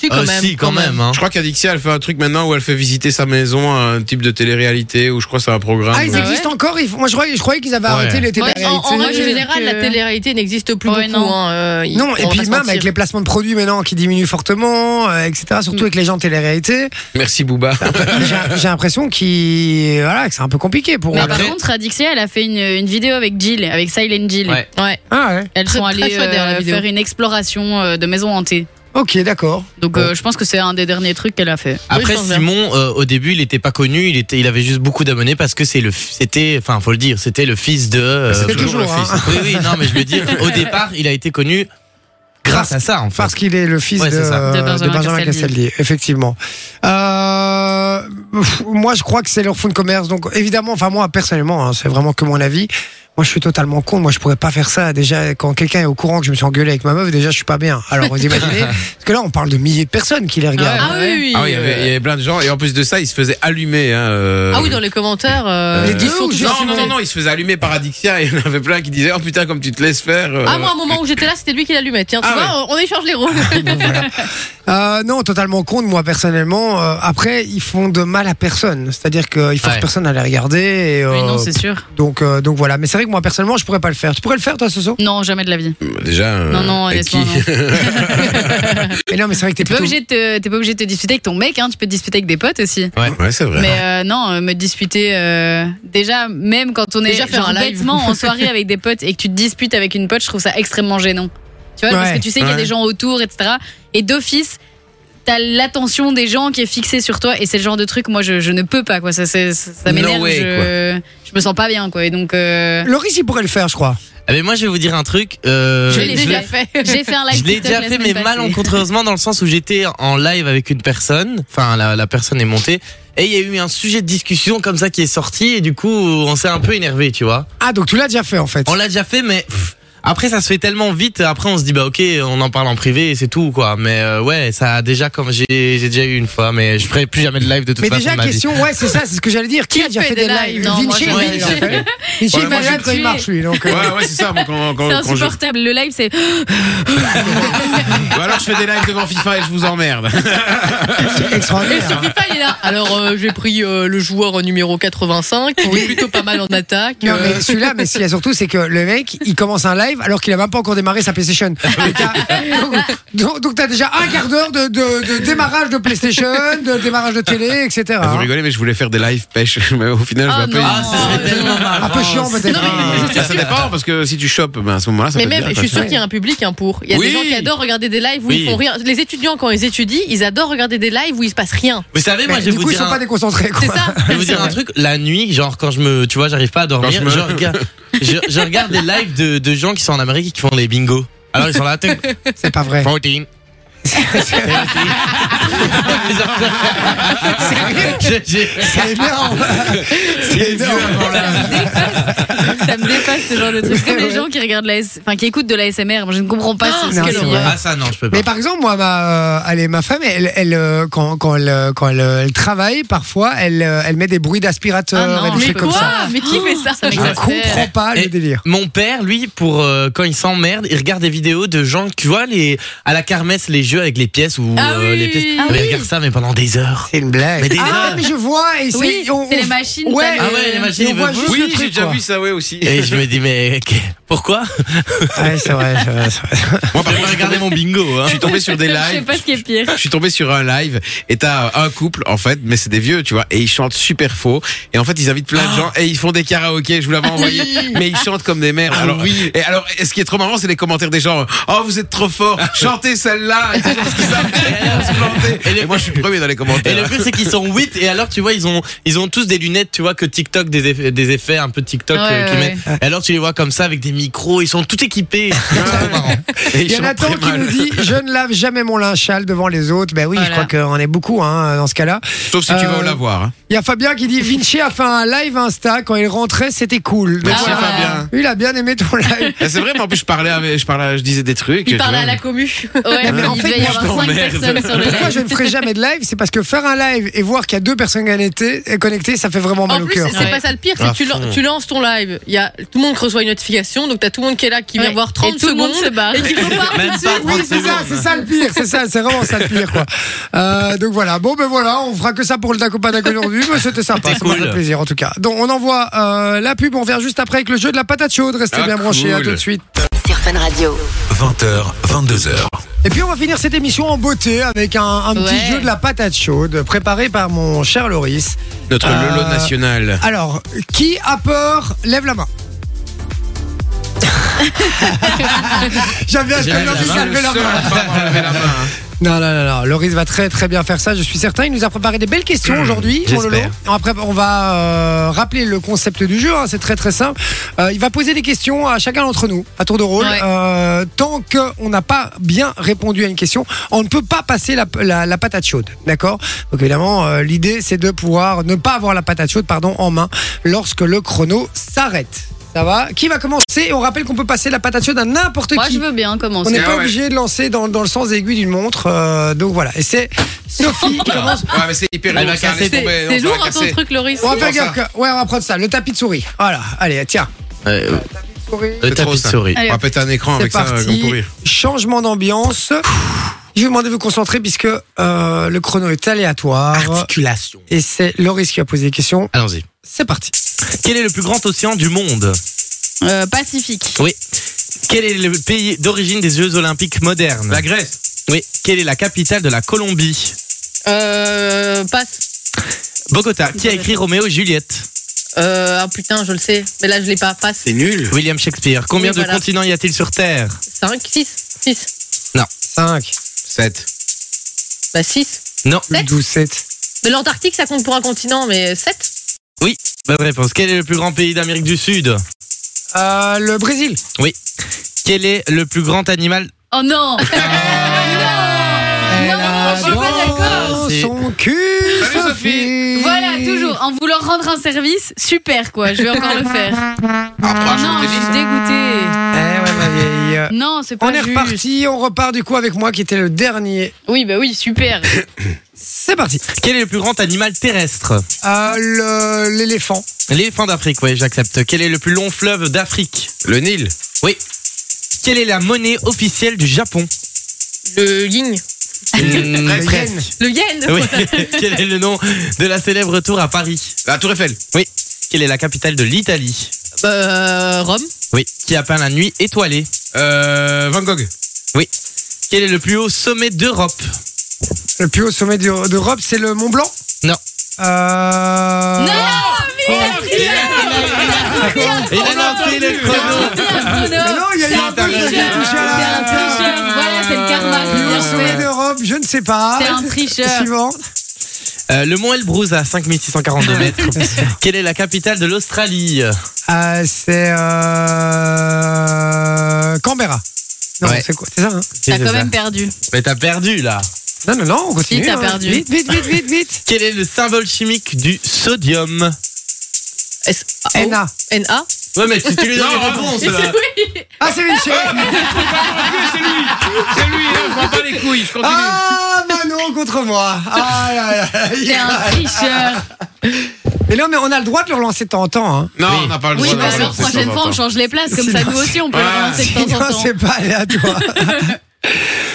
G: Si, quand
F: Euh,
G: même.
F: si, quand même, hein.
B: Je crois qu'Adixia, elle fait un truc maintenant où elle fait visiter sa maison à un type de télé-réalité ou je crois que c'est un programme.
A: Ah, ils existent encore ils font- Moi, je croyais, je croyais qu'ils avaient
B: bah Ouais.
A: arrêté les
G: Moi, en, en règle
A: télé-réalités.
G: générale, la télé-réalité n'existe plus
C: Ouais,
G: beaucoup.
C: non.
G: hein, euh, il-
A: Non,
G: on
A: et
G: va pas
A: puis
G: se
A: même
G: mentir.
A: avec les placements de produits maintenant qui diminuent fortement, euh, etc. Surtout avec les gens de télé-réalité,
B: Merci Booba.
A: j'ai j'ai l'impression qu'ils, voilà, que c'est un peu compliqué pour eux.
C: Mais bah
F: Après-
C: par contre, Adixia, elle a fait une, une vidéo avec Jill, avec Silent Jill.
F: Ouais.
G: Ouais.
A: Ah ouais.
C: Elles
G: Très,
C: sont
G: très
C: allées
G: chouette, d'ailleurs, la
C: euh,
G: vidéo.
C: faire une exploration euh, de maison hantée.
A: Ok, d'accord.
C: Donc euh, je pense que c'est un des derniers trucs qu'elle a fait.
F: Après
G: je pense bien.
F: Simon, euh, au début, il était pas connu, il était, il avait juste beaucoup d'abonnés parce que c'est le, f- c'était, enfin, faut le dire, c'était le fils de. euh,
A: C'était toujours,
B: toujours le
A: hein,
B: fils.
F: oui, oui, non, mais je veux dire, au départ, il a été connu grâce à ça, en fait.
A: parce qu'il est le fils
F: Ouais,
A: de,
F: c'est ça.
A: de Benjamin,
C: Benjamin
A: Castaldi.
C: Castaldi.
A: effectivement. Euh, pff, moi, je crois que c'est leur fonds de commerce. Donc, évidemment, enfin moi personnellement, hein, c'est vraiment que mon avis. Moi, je suis totalement con. Moi, je pourrais pas faire ça. Déjà, quand quelqu'un est au courant que je me suis engueulé avec ma meuf, déjà, je suis pas bien. Alors, vous imaginez Parce que là, on parle de milliers de personnes qui les regardent.
G: Ah oui, oui.
B: Ah oui, il y avait- il y avait plein de gens et en plus de ça, ils se faisaient allumer. Hein, euh,
G: Ah oui, dans les commentaires. euh,
A: Les
G: ils
A: deux
G: sont
A: ou
G: tous
A: juste
B: Non, non,
G: insultés.
B: non, non, ils se faisaient allumer par Adixia et il y en avait plein qui disaient Oh putain, comme tu te laisses faire. euh,
G: Ah, moi, à un moment où j'étais là, c'était lui qui l'allumait. Tiens, tu
B: Ah
G: vois, on on échange les rôles.
A: Bon, voilà. Euh, non, totalement contre moi personnellement. Euh, après, ils font de mal à personne. C'est-à-dire qu'ils forcent
F: Ouais.
A: personne à les regarder. Et,
C: Oui, non,
A: euh,
C: c'est sûr.
A: donc, euh, donc voilà. Mais c'est vrai que moi personnellement, je pourrais pas le faire. Tu pourrais le faire, toi, Soso
C: Non, jamais de la vie.
B: Déjà. euh,
C: Non, non,
B: avec
C: laisse-moi,
B: qui
A: Mais non, mais c'est vrai que t'es
C: T'es pas,
A: plutôt.
C: obligé de te, t'es pas obligé de te disputer avec ton mec, hein, tu peux te disputer avec des potes aussi.
B: Ouais, c'est vrai.
C: Mais euh, non, euh, me disputer euh, déjà, même quand on est
G: Déjà faire
C: genre
G: un live.
C: bêtement en soirée avec des potes et que tu te disputes avec une pote, je trouve ça extrêmement gênant. Tu vois, parce
A: Ouais,
C: que tu sais qu'il y a
B: ouais.
C: des gens autour, etc. Et d'office, t'as l'attention des gens qui est fixée sur toi et c'est le genre de truc, moi, je, je ne peux pas, quoi. Ça, c'est- ça, ça
B: No
C: m'énerve,
B: way,
C: je, je me sens pas bien, quoi. Et donc, euh,
A: Loris, il pourrait le faire, je crois.
F: Ah, mais moi, je vais vous dire un truc. euh,
C: Je l'ai
F: je
C: déjà
F: l'ai-
G: fait.
C: j'ai fait un live.
F: je l'ai
C: TikTok
F: déjà
C: la
F: fait, mais
C: semaine passée.
F: malencontreusement dans le sens où j'étais en live avec une personne. Enfin, la, la personne est montée et il y a eu un sujet de discussion comme ça qui est sorti et du coup, on s'est un peu énervé, tu vois.
A: Ah, donc tu l'as déjà fait en fait.
F: On l'a déjà fait, mais pff, après ça se fait tellement vite. Après on se dit bah ok, on en parle en privé et c'est tout quoi. Mais euh, ouais, ça a déjà comme j'ai j'ai déjà eu une fois, mais je ferai plus jamais de live de toute
A: Mais
F: façon.
A: déjà,
F: de ma vie.
A: question, ouais, c'est ça, c'est ce que j'allais dire. Qui,
G: Qui
A: a déjà
G: fait
A: fait des
G: des
A: lives
G: lives Non,
A: Vinci,
C: moi,
A: il en
C: jamais.
A: fait. Vinci,
B: Ouais,
A: il
B: moi,
A: fait
B: j'ai
A: live quand il
C: tué.
A: marche, lui. Donc, euh,
B: Ouais, ouais, c'est ça. Moi, quand, quand,
C: C'est
B: quand je...
C: insupportable. Le live, c'est.
B: Ou alors je fais des lives devant FIFA et je vous emmerde.
A: euh, c'est
G: Et
A: extraordinaire.
G: sur FIFA, il est là. Alors, euh, j'ai pris euh, le joueur numéro 85, qui est plutôt pas mal en attaque.
A: Non,
G: euh,
A: mais celui-là, mais ce qu'il y a surtout, c'est que le mec, il commence un live alors qu'il a même pas encore démarré sa PlayStation. Et t'as- donc- donc, donc t'as déjà un quart d'heure de, de- de démarrage de PlayStation, de démarrage de télé, etc.
B: Ah, Vous rigolez, mais je voulais faire des lives pêche. Mais au final,
C: Ah,
B: je vais
C: non.
F: Ah, ça serait
G: Oh,
F: tellement marrant.
A: Un peu chiant, peut-être. hein.
G: Non, mais-
B: Ça, ça dépend parce que si tu chopes, ben, à ce moment-là, ça
G: Mais
B: peut
G: même,
B: être bien,
G: je
B: quoi.
G: suis sûr qu'il y a un public hein, pour. Il y a
B: Oui.
G: des gens qui adorent regarder des lives où
F: Oui.
G: ils font rien. Les étudiants, quand ils étudient, ils adorent regarder des lives où il se passe rien.
F: Vous savez, moi
A: Mais
F: je vais
A: du
F: vous
A: coup, ils
F: dire.
A: sont
F: un-
A: pas déconcentrés, quoi.
G: C'est ça
F: je vais vous dire un truc, la nuit, genre quand je me, tu vois, j'arrive pas à dormir,
B: Quand je me-
F: regarde, je, je regarde des lives de, de gens qui sont en Amérique et qui font les bingos. Alors ils sont là, tum,
A: C'est pas vrai.
F: 14. J'ai- j'ai-
A: C'est énorme. C'est énorme.
C: Ça me dépasse ce genre de truc. Comme les gens qui regardent la S... enfin qui écoutent de la SMR, moi je ne comprends pas
G: Ah,
C: ce
A: non,
C: ce que
A: c'est
C: l'on-
A: vrai.
F: Ah ça non, je peux pas.
A: Mais par exemple, moi, ma, euh, allez, ma femme, elle, elle, euh, quand, quand, elle, euh, quand elle, euh, elle travaille, parfois, elle, euh, elle met des bruits d'aspirateur
C: Ah
A: et
C: non,
A: des
G: Mais
A: trucs comme ça.
G: quoi Mais qui fait ça,
A: Je ne comprends pas le
F: Et
A: délire.
F: Mon père, lui, pour euh, quand il s'emmerde, il regarde des vidéos de gens, tu vois, les à la kermesse, les jeux avec les pièces ou
G: Ah
F: euh,
G: oui.
F: les pièces.
G: Ah
F: mais
G: oui.
F: regarde ça, mais pendant des heures.
A: C'est une blague.
F: Mais des
A: ah,
F: heures.
A: mais je vois. Et
C: Oui,
A: c'est on-
C: c'est
A: on-
C: les machines.
A: Ouais,
C: t'as
F: Ah ouais, les machines,
A: on
F: ils
A: voit
F: veulent
A: juste
B: Oui,
A: le truc,
B: j'ai déjà
A: quoi.
B: vu ça, ouais, aussi.
F: Et je me dis, mais ok, pourquoi
A: Ouais, c'est vrai, c'est vrai, c'est vrai.
B: Moi, par
F: Je
B: contre,
F: vais
B: je
F: regarder mon bingo. Hein.
B: suis tombé sur des
C: Je sais
B: lives.
C: pas ce qui est pire.
B: Je suis tombé sur un live et t'as euh, un couple en fait, mais c'est des vieux, tu vois, et ils chantent super faux. Et en fait, ils invitent plein de gens et ils font des karaokés. Je vous l'avais envoyé, mais ils chantent comme des merdes. alors oui. Et alors, et ce qui est trop marrant, c'est les commentaires des gens. Oh, vous êtes trop fort. Chantez celle-là. Et, c'est genre ce qu'ils savent bien qu'ils vont se planter.
F: Et le-
B: Et moi, je suis premier dans les
F: Et le
B: commentaires.
F: pire c'est qu'ils sont 8 et alors tu vois ils ont ils ont tous des lunettes tu vois que TikTok des effets, des effets un peu TikTok
C: Ouais,
F: euh, qu'ils
C: ouais,
F: mettent. Et alors tu les vois comme ça avec des micros ils sont tout équipés c'est trop marrant.
B: Et ils
A: Il y en a
B: chantent très
A: tant qui
B: mal.
A: nous dit Je ne lave jamais mon linge sale devant les autres. Ben oui, je
C: Voilà.
A: crois qu'on est beaucoup hein, dans ce cas-là.
B: Sauf si tu vas
A: Euh,
B: au lavoir. hein.
A: Il y a Fabien qui dit Vinci a fait un live Insta quand il rentrait, c'était cool. Donc,
B: Merci
G: ouais.
B: Fabien.
A: Il a bien aimé ton live.
B: Et C'est vrai, mais en plus je parlais, avec- je parlais, je disais des trucs.
G: Il
B: tu
G: parlait
B: vois.
G: à la commu.
C: Ouais,
A: mais en fait, fait,
C: devait y
A: moi,
C: avoir
A: je
C: cinq
F: t'emmerde.
C: personnes sur le
A: Pourquoi je ne
C: live.
A: ferai jamais de live C'est parce que faire un live et voir qu'il y a deux personnes connectées, connectées, ça fait vraiment mal
G: En
A: au
G: plus,
A: cœur.
G: c'est pas ça le pire, c'est
F: À
G: que tu, lan-
F: fond.
G: tu lances ton live, il y a, tout le monde reçoit une notification, donc t'as tout le monde qui est là, qui vient
C: Ouais.
G: voir 30
C: Et tout le
G: secondes.
C: monde se barre.
G: Et qui repart tout de
F: Même
G: suite.
F: pas
A: Oui,
F: 30
A: c'est ça, c'est
F: secondes.
A: ça le pire, c'est ça, c'est vraiment ça le pire, quoi. Euh, donc voilà, bon ben voilà, on fera que ça pour le Dacopadag aujourd'hui, mais c'était sympa,
F: C'était
A: ça m'a
F: cool.
A: fait plaisir en tout cas. Donc on envoie euh, la pub, on revient juste après avec le jeu de la patate chaude, restez
B: Ah,
A: bien branchés, à
B: cool.
A: tout de suite.
E: Sur Fun Radio.
D: 20h, 22h.
A: Et puis on va finir cette émission en beauté avec un, un petit
C: Ouais.
A: jeu de la patate chaude préparé par mon cher Loris.
B: Notre
A: Euh,
B: Lolo national.
A: Alors, qui a peur Lève la main. J'aime bien, j'aime bien,
B: Je
A: j'aime
B: suis
A: bien
B: le
A: lever la
B: seul
A: main.
B: à pas avoir levé la main, hein.
A: Non, non, non, non. Loris va très, très bien faire ça, je suis certain. Il nous a préparé des belles questions aujourd'hui, mon Lolo.
F: j'espère.
A: Après, on va euh, rappeler le concept du jeu, hein, c'est très, très simple. Euh, il va poser des questions à chacun d'entre nous, à tour de rôle.
C: Ouais.
A: Euh, tant qu'on n'a pas bien répondu à une question, on ne peut pas passer la, la- la patate chaude, d'accord Donc, évidemment, euh, l'idée, c'est de pouvoir ne pas avoir la patate chaude pardon, en main lorsque le chrono s'arrête. Ça va Qui va commencer Et on rappelle qu'on peut passer la patate chaude à n'importe
C: Moi,
A: qui.
C: je veux bien
A: On
C: commencer.
A: n'est
B: Ah
A: pas
B: ouais.
A: obligé de lancer dans, dans le sens aiguille d'une montre. euh, donc voilà. Et c'est Sophie qui commence.
B: Ouais, mais c'est hyper
C: Ah,
F: Elle
B: lourd,
F: va
B: ça,
F: casser.
B: laisse
G: C'est
B: tomber, non,
G: c'est
B: ça
G: lourd
B: va
G: hein, ton
B: casser.
G: truc, Loris.
A: On va faire
B: Comment
A: gaffe. que- Ouais, on va prendre ça. Le tapis de souris. Voilà. Allez, tiens.
F: Euh,
A: Souris.
F: Le
B: C'est trop
F: tapis de
B: ça.
F: souris.
B: On va péter un écran
A: C'est
B: avec ça euh, comme
A: parti.
B: pourri.
A: Changement d'ambiance. Je vais vous demander de vous concentrer puisque euh, le chrono est
B: Ah,
A: aléatoire.
F: Articulation.
A: Et c'est Loris qui va poser des questions.
F: Allons-y.
A: C'est parti.
F: Quel est le plus grand océan du monde
C: Euh, Pacifique.
F: Oui. Quel est le pays d'origine des Jeux Olympiques modernes
B: La Grèce.
F: Oui. Quelle est la capitale de la Colombie
G: Euh, passe.
F: Bogota. Qui a écrit Roméo et Juliette
G: Euh, ah putain, je le sais, mais là je l'ai pas. Passe.
B: C'est nul.
F: William Shakespeare. Combien
G: Oui,
F: de
G: voilà.
F: continents y a-t-il sur Terre
G: 5, 6, 6.
A: 5,
B: 7.
G: Bah 6.
F: Non.
G: Sept.
A: 12, 7.
G: Mais l'Antarctique, ça compte pour un continent, mais 7
F: Bonne réponse. Quel est le plus grand pays d'Amérique du Sud
A: Euh, le Brésil.
F: Quel est le plus grand animal
C: Oh non
A: Elle a
C: je suis pas
A: dans
F: d'accord.
A: son cul,
B: Salut, Sophie.
A: Sophie.
C: Voilà, toujours. En voulant rendre un service, super quoi, je vais encore le faire.
B: Ah,
C: Oh
B: franchement,
C: non,
B: t'es
C: je suis
B: lisse.
A: Eh
C: dégoûtée.
A: ouais, ma vieille.
C: Non, c'est pas
A: On est
C: juste.
A: reparti, on repart du coup avec moi qui était le dernier.
C: Oui, bah oui, super.
A: C'est parti.
F: Quel est le plus grand animal terrestre
A: Euh, le- L'éléphant.
F: L'éléphant d'Afrique, oui, j'accepte. Quel est le plus long fleuve d'Afrique
B: Le Nil.
F: Quelle est la monnaie officielle du Japon
G: Le yin.
A: Le
F: Mmh, presque.
A: yen.
G: Le yen
F: Oui. Quel est le nom de la célèbre tour à Paris
B: La Tour Eiffel.
F: Quelle est la capitale de l'Italie
G: Euh, Rome.
F: Oui. Qui a peint la nuit étoilée
B: Euh, Van Gogh.
F: Quel est le plus haut sommet d'Europe
A: Le plus haut sommet d'Euro- d'Europe, c'est le Mont Blanc
F: Non.
A: Euh...
C: Non,
F: Il a lancé le
A: Mais
F: chrono
A: non, il y a eu un peu de
F: tricheur,
A: touché à la-
C: C'est un tricheur, voilà, c'est le karma, c'est
A: Plus haut
C: bien
A: sommet
C: fait.
A: d'Europe, je ne sais pas.
C: C'est un tricheur.
A: Suivant.
F: Euh, Le mont Elbrus à 5642 mètres. Quelle est la capitale de l'Australie
A: Euh, c'est euh... Canberra. Non,
F: Ouais.
A: c'est quoi C'est ça, hein
C: T'as quand même perdu.
F: Mais t'as perdu là
A: Non, non, non, on continue.
C: t'as
A: hein.
C: perdu.
A: Vite, vite, vite, vite, vite.
F: Quel est le symbole chimique du sodium
G: S
F: Ah,
G: A O
A: N.A.
F: oh.
G: N-A.
F: Ouais mais tu, tu lui donnes
B: Non,
F: les réponses là
A: Ah, c'est Vinci
B: C'est lui. C'est lui. hein, Je prends pas les couilles. Je continue.
A: Ah, Manon contre moi. Ah, là, là, là.
C: T'es un tricheur.
A: Mais non, mais on a le droit de le relancer de temps en temps. Hein.
B: Non,
F: Oui.
B: on n'a pas le droit
C: Oui,
B: de
C: bah
B: le
C: alors,
B: lancer,
C: prochaine
B: ça va
C: fois, on
B: pas.
C: change les places, comme ça,
A: Sinon,
C: nous aussi, on peut le
B: Ah,
C: relancer de
A: Sinon,
C: temps en temps.
A: c'est pas aléatoire.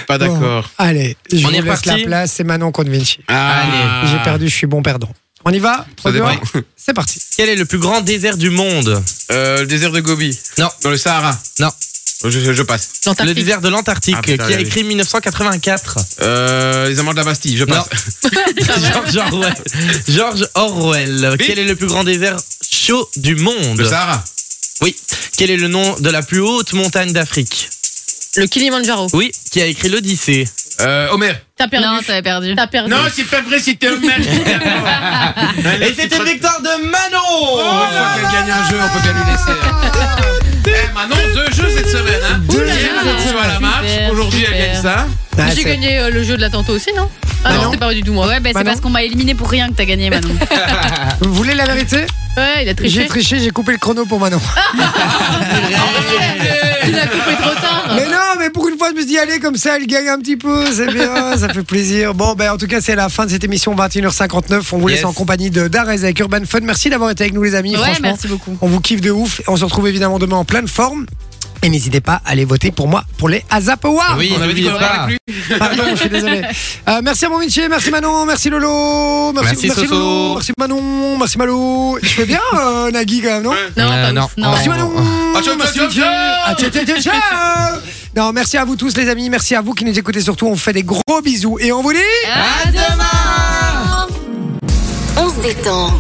B: Pas Ah, d'accord.
A: Allez, je vous
F: On est
A: laisse
F: reparti
A: la place. C'est Manon contre Vinci.
B: Ah.
A: J'ai perdu, je suis bon perdant. On y va
B: Ça dépend.
A: Trois, deux, un. C'est parti.
F: Quel est le plus grand désert du monde
B: Euh, le désert de Gobi.
F: Non.
B: Dans le Sahara.
F: Non.
B: Je, je- je passe.
F: Le
G: L'Antarctique.
F: désert de l'l'Antarctique
B: Ah, putain,
F: qui a
B: oui.
F: écrit 1984
B: Euh, les amants de la Bastille. Je passe.
F: George Orwell. George Orwell.
B: Oui.
F: Quel est le plus grand désert chaud du monde
B: Le Sahara.
F: Oui. Quel est le nom de la plus haute montagne d'Afrique
G: Le Kilimanjaro.
F: Oui. Qui a écrit l'Odyssée
B: Euh, Homer.
G: T'as
C: Non,
G: perdu.
C: t'avais perdu.
G: T'as perdu.
B: c'est pas vrai. C'était Homer.
F: Et c'était une victoire de
B: Oh,
F: Manon
B: une fois qu'elle gagne un jeu, on peut bien lui laisser. hein. Eh, Manon, deux jeux cette semaine. Hein.
A: Deux
B: Hier,
A: jeux
B: elle
A: cette
B: joue à la
C: semaine.
B: marche.
C: Super,
B: Aujourd'hui, elle
C: super.
B: gagne ça.
A: Ah,
G: J'ai
A: c'est-
G: gagné euh, le jeu de la tantôt aussi, non Ah non,
A: non.
G: c'était pas du tout moi.
C: Ouais, bah c'est
A: Manon
C: parce qu'on m'a éliminé pour rien que t'as gagné, Manon.
A: Vous voulez la vérité
G: Ouais, il a
A: J'ai
G: triché.
A: triché, j'ai coupé le chrono pour Manon.
C: Euh,
G: Il a coupé trop tard.
C: Ah.
A: mais non, mais pour une fois, je me suis dit, régaler comme ça, elle gagne un petit peu, c'est bien, ça fait plaisir. Bon, ben en tout cas, c'est la fin de cette émission 21h59. On vous
F: Yes.
A: laisse en compagnie de Darès avec Urban Fun. Merci d'avoir été avec nous, les amis.
C: Ouais,
A: Franchement,
C: merci beaucoup.
A: on vous kiffe de ouf. On se retrouve évidemment demain en pleine forme. Et n'hésitez pas à aller voter pour moi pour les ASAP Awards.
F: Oui,
B: On avait dit
F: n'oubliez
B: qu'on en
F: pas.
B: parlait
A: Pardon, Ah, je suis désolé. Euh, merci à mon Vinci, merci Manon, merci Lolo, merci,
F: Merci Soso.
A: Lolo, merci Manon, merci Malo. Je fais bien euh, Nagui quand même, non
C: Non,
F: Euh,
C: pas
F: non.
C: ouf, non.
A: Merci
F: Ouais.
A: Manon.
B: Ah, ciao,
A: Merci
B: ciao,
A: Vinci.
B: ciao.
A: Ah, ciao, ciao, ciao, ciao. Non, merci à vous tous les amis, merci à vous qui nous écoutez surtout. On vous fait des gros bisous et on vous dit.
C: À demain
E: On se détend.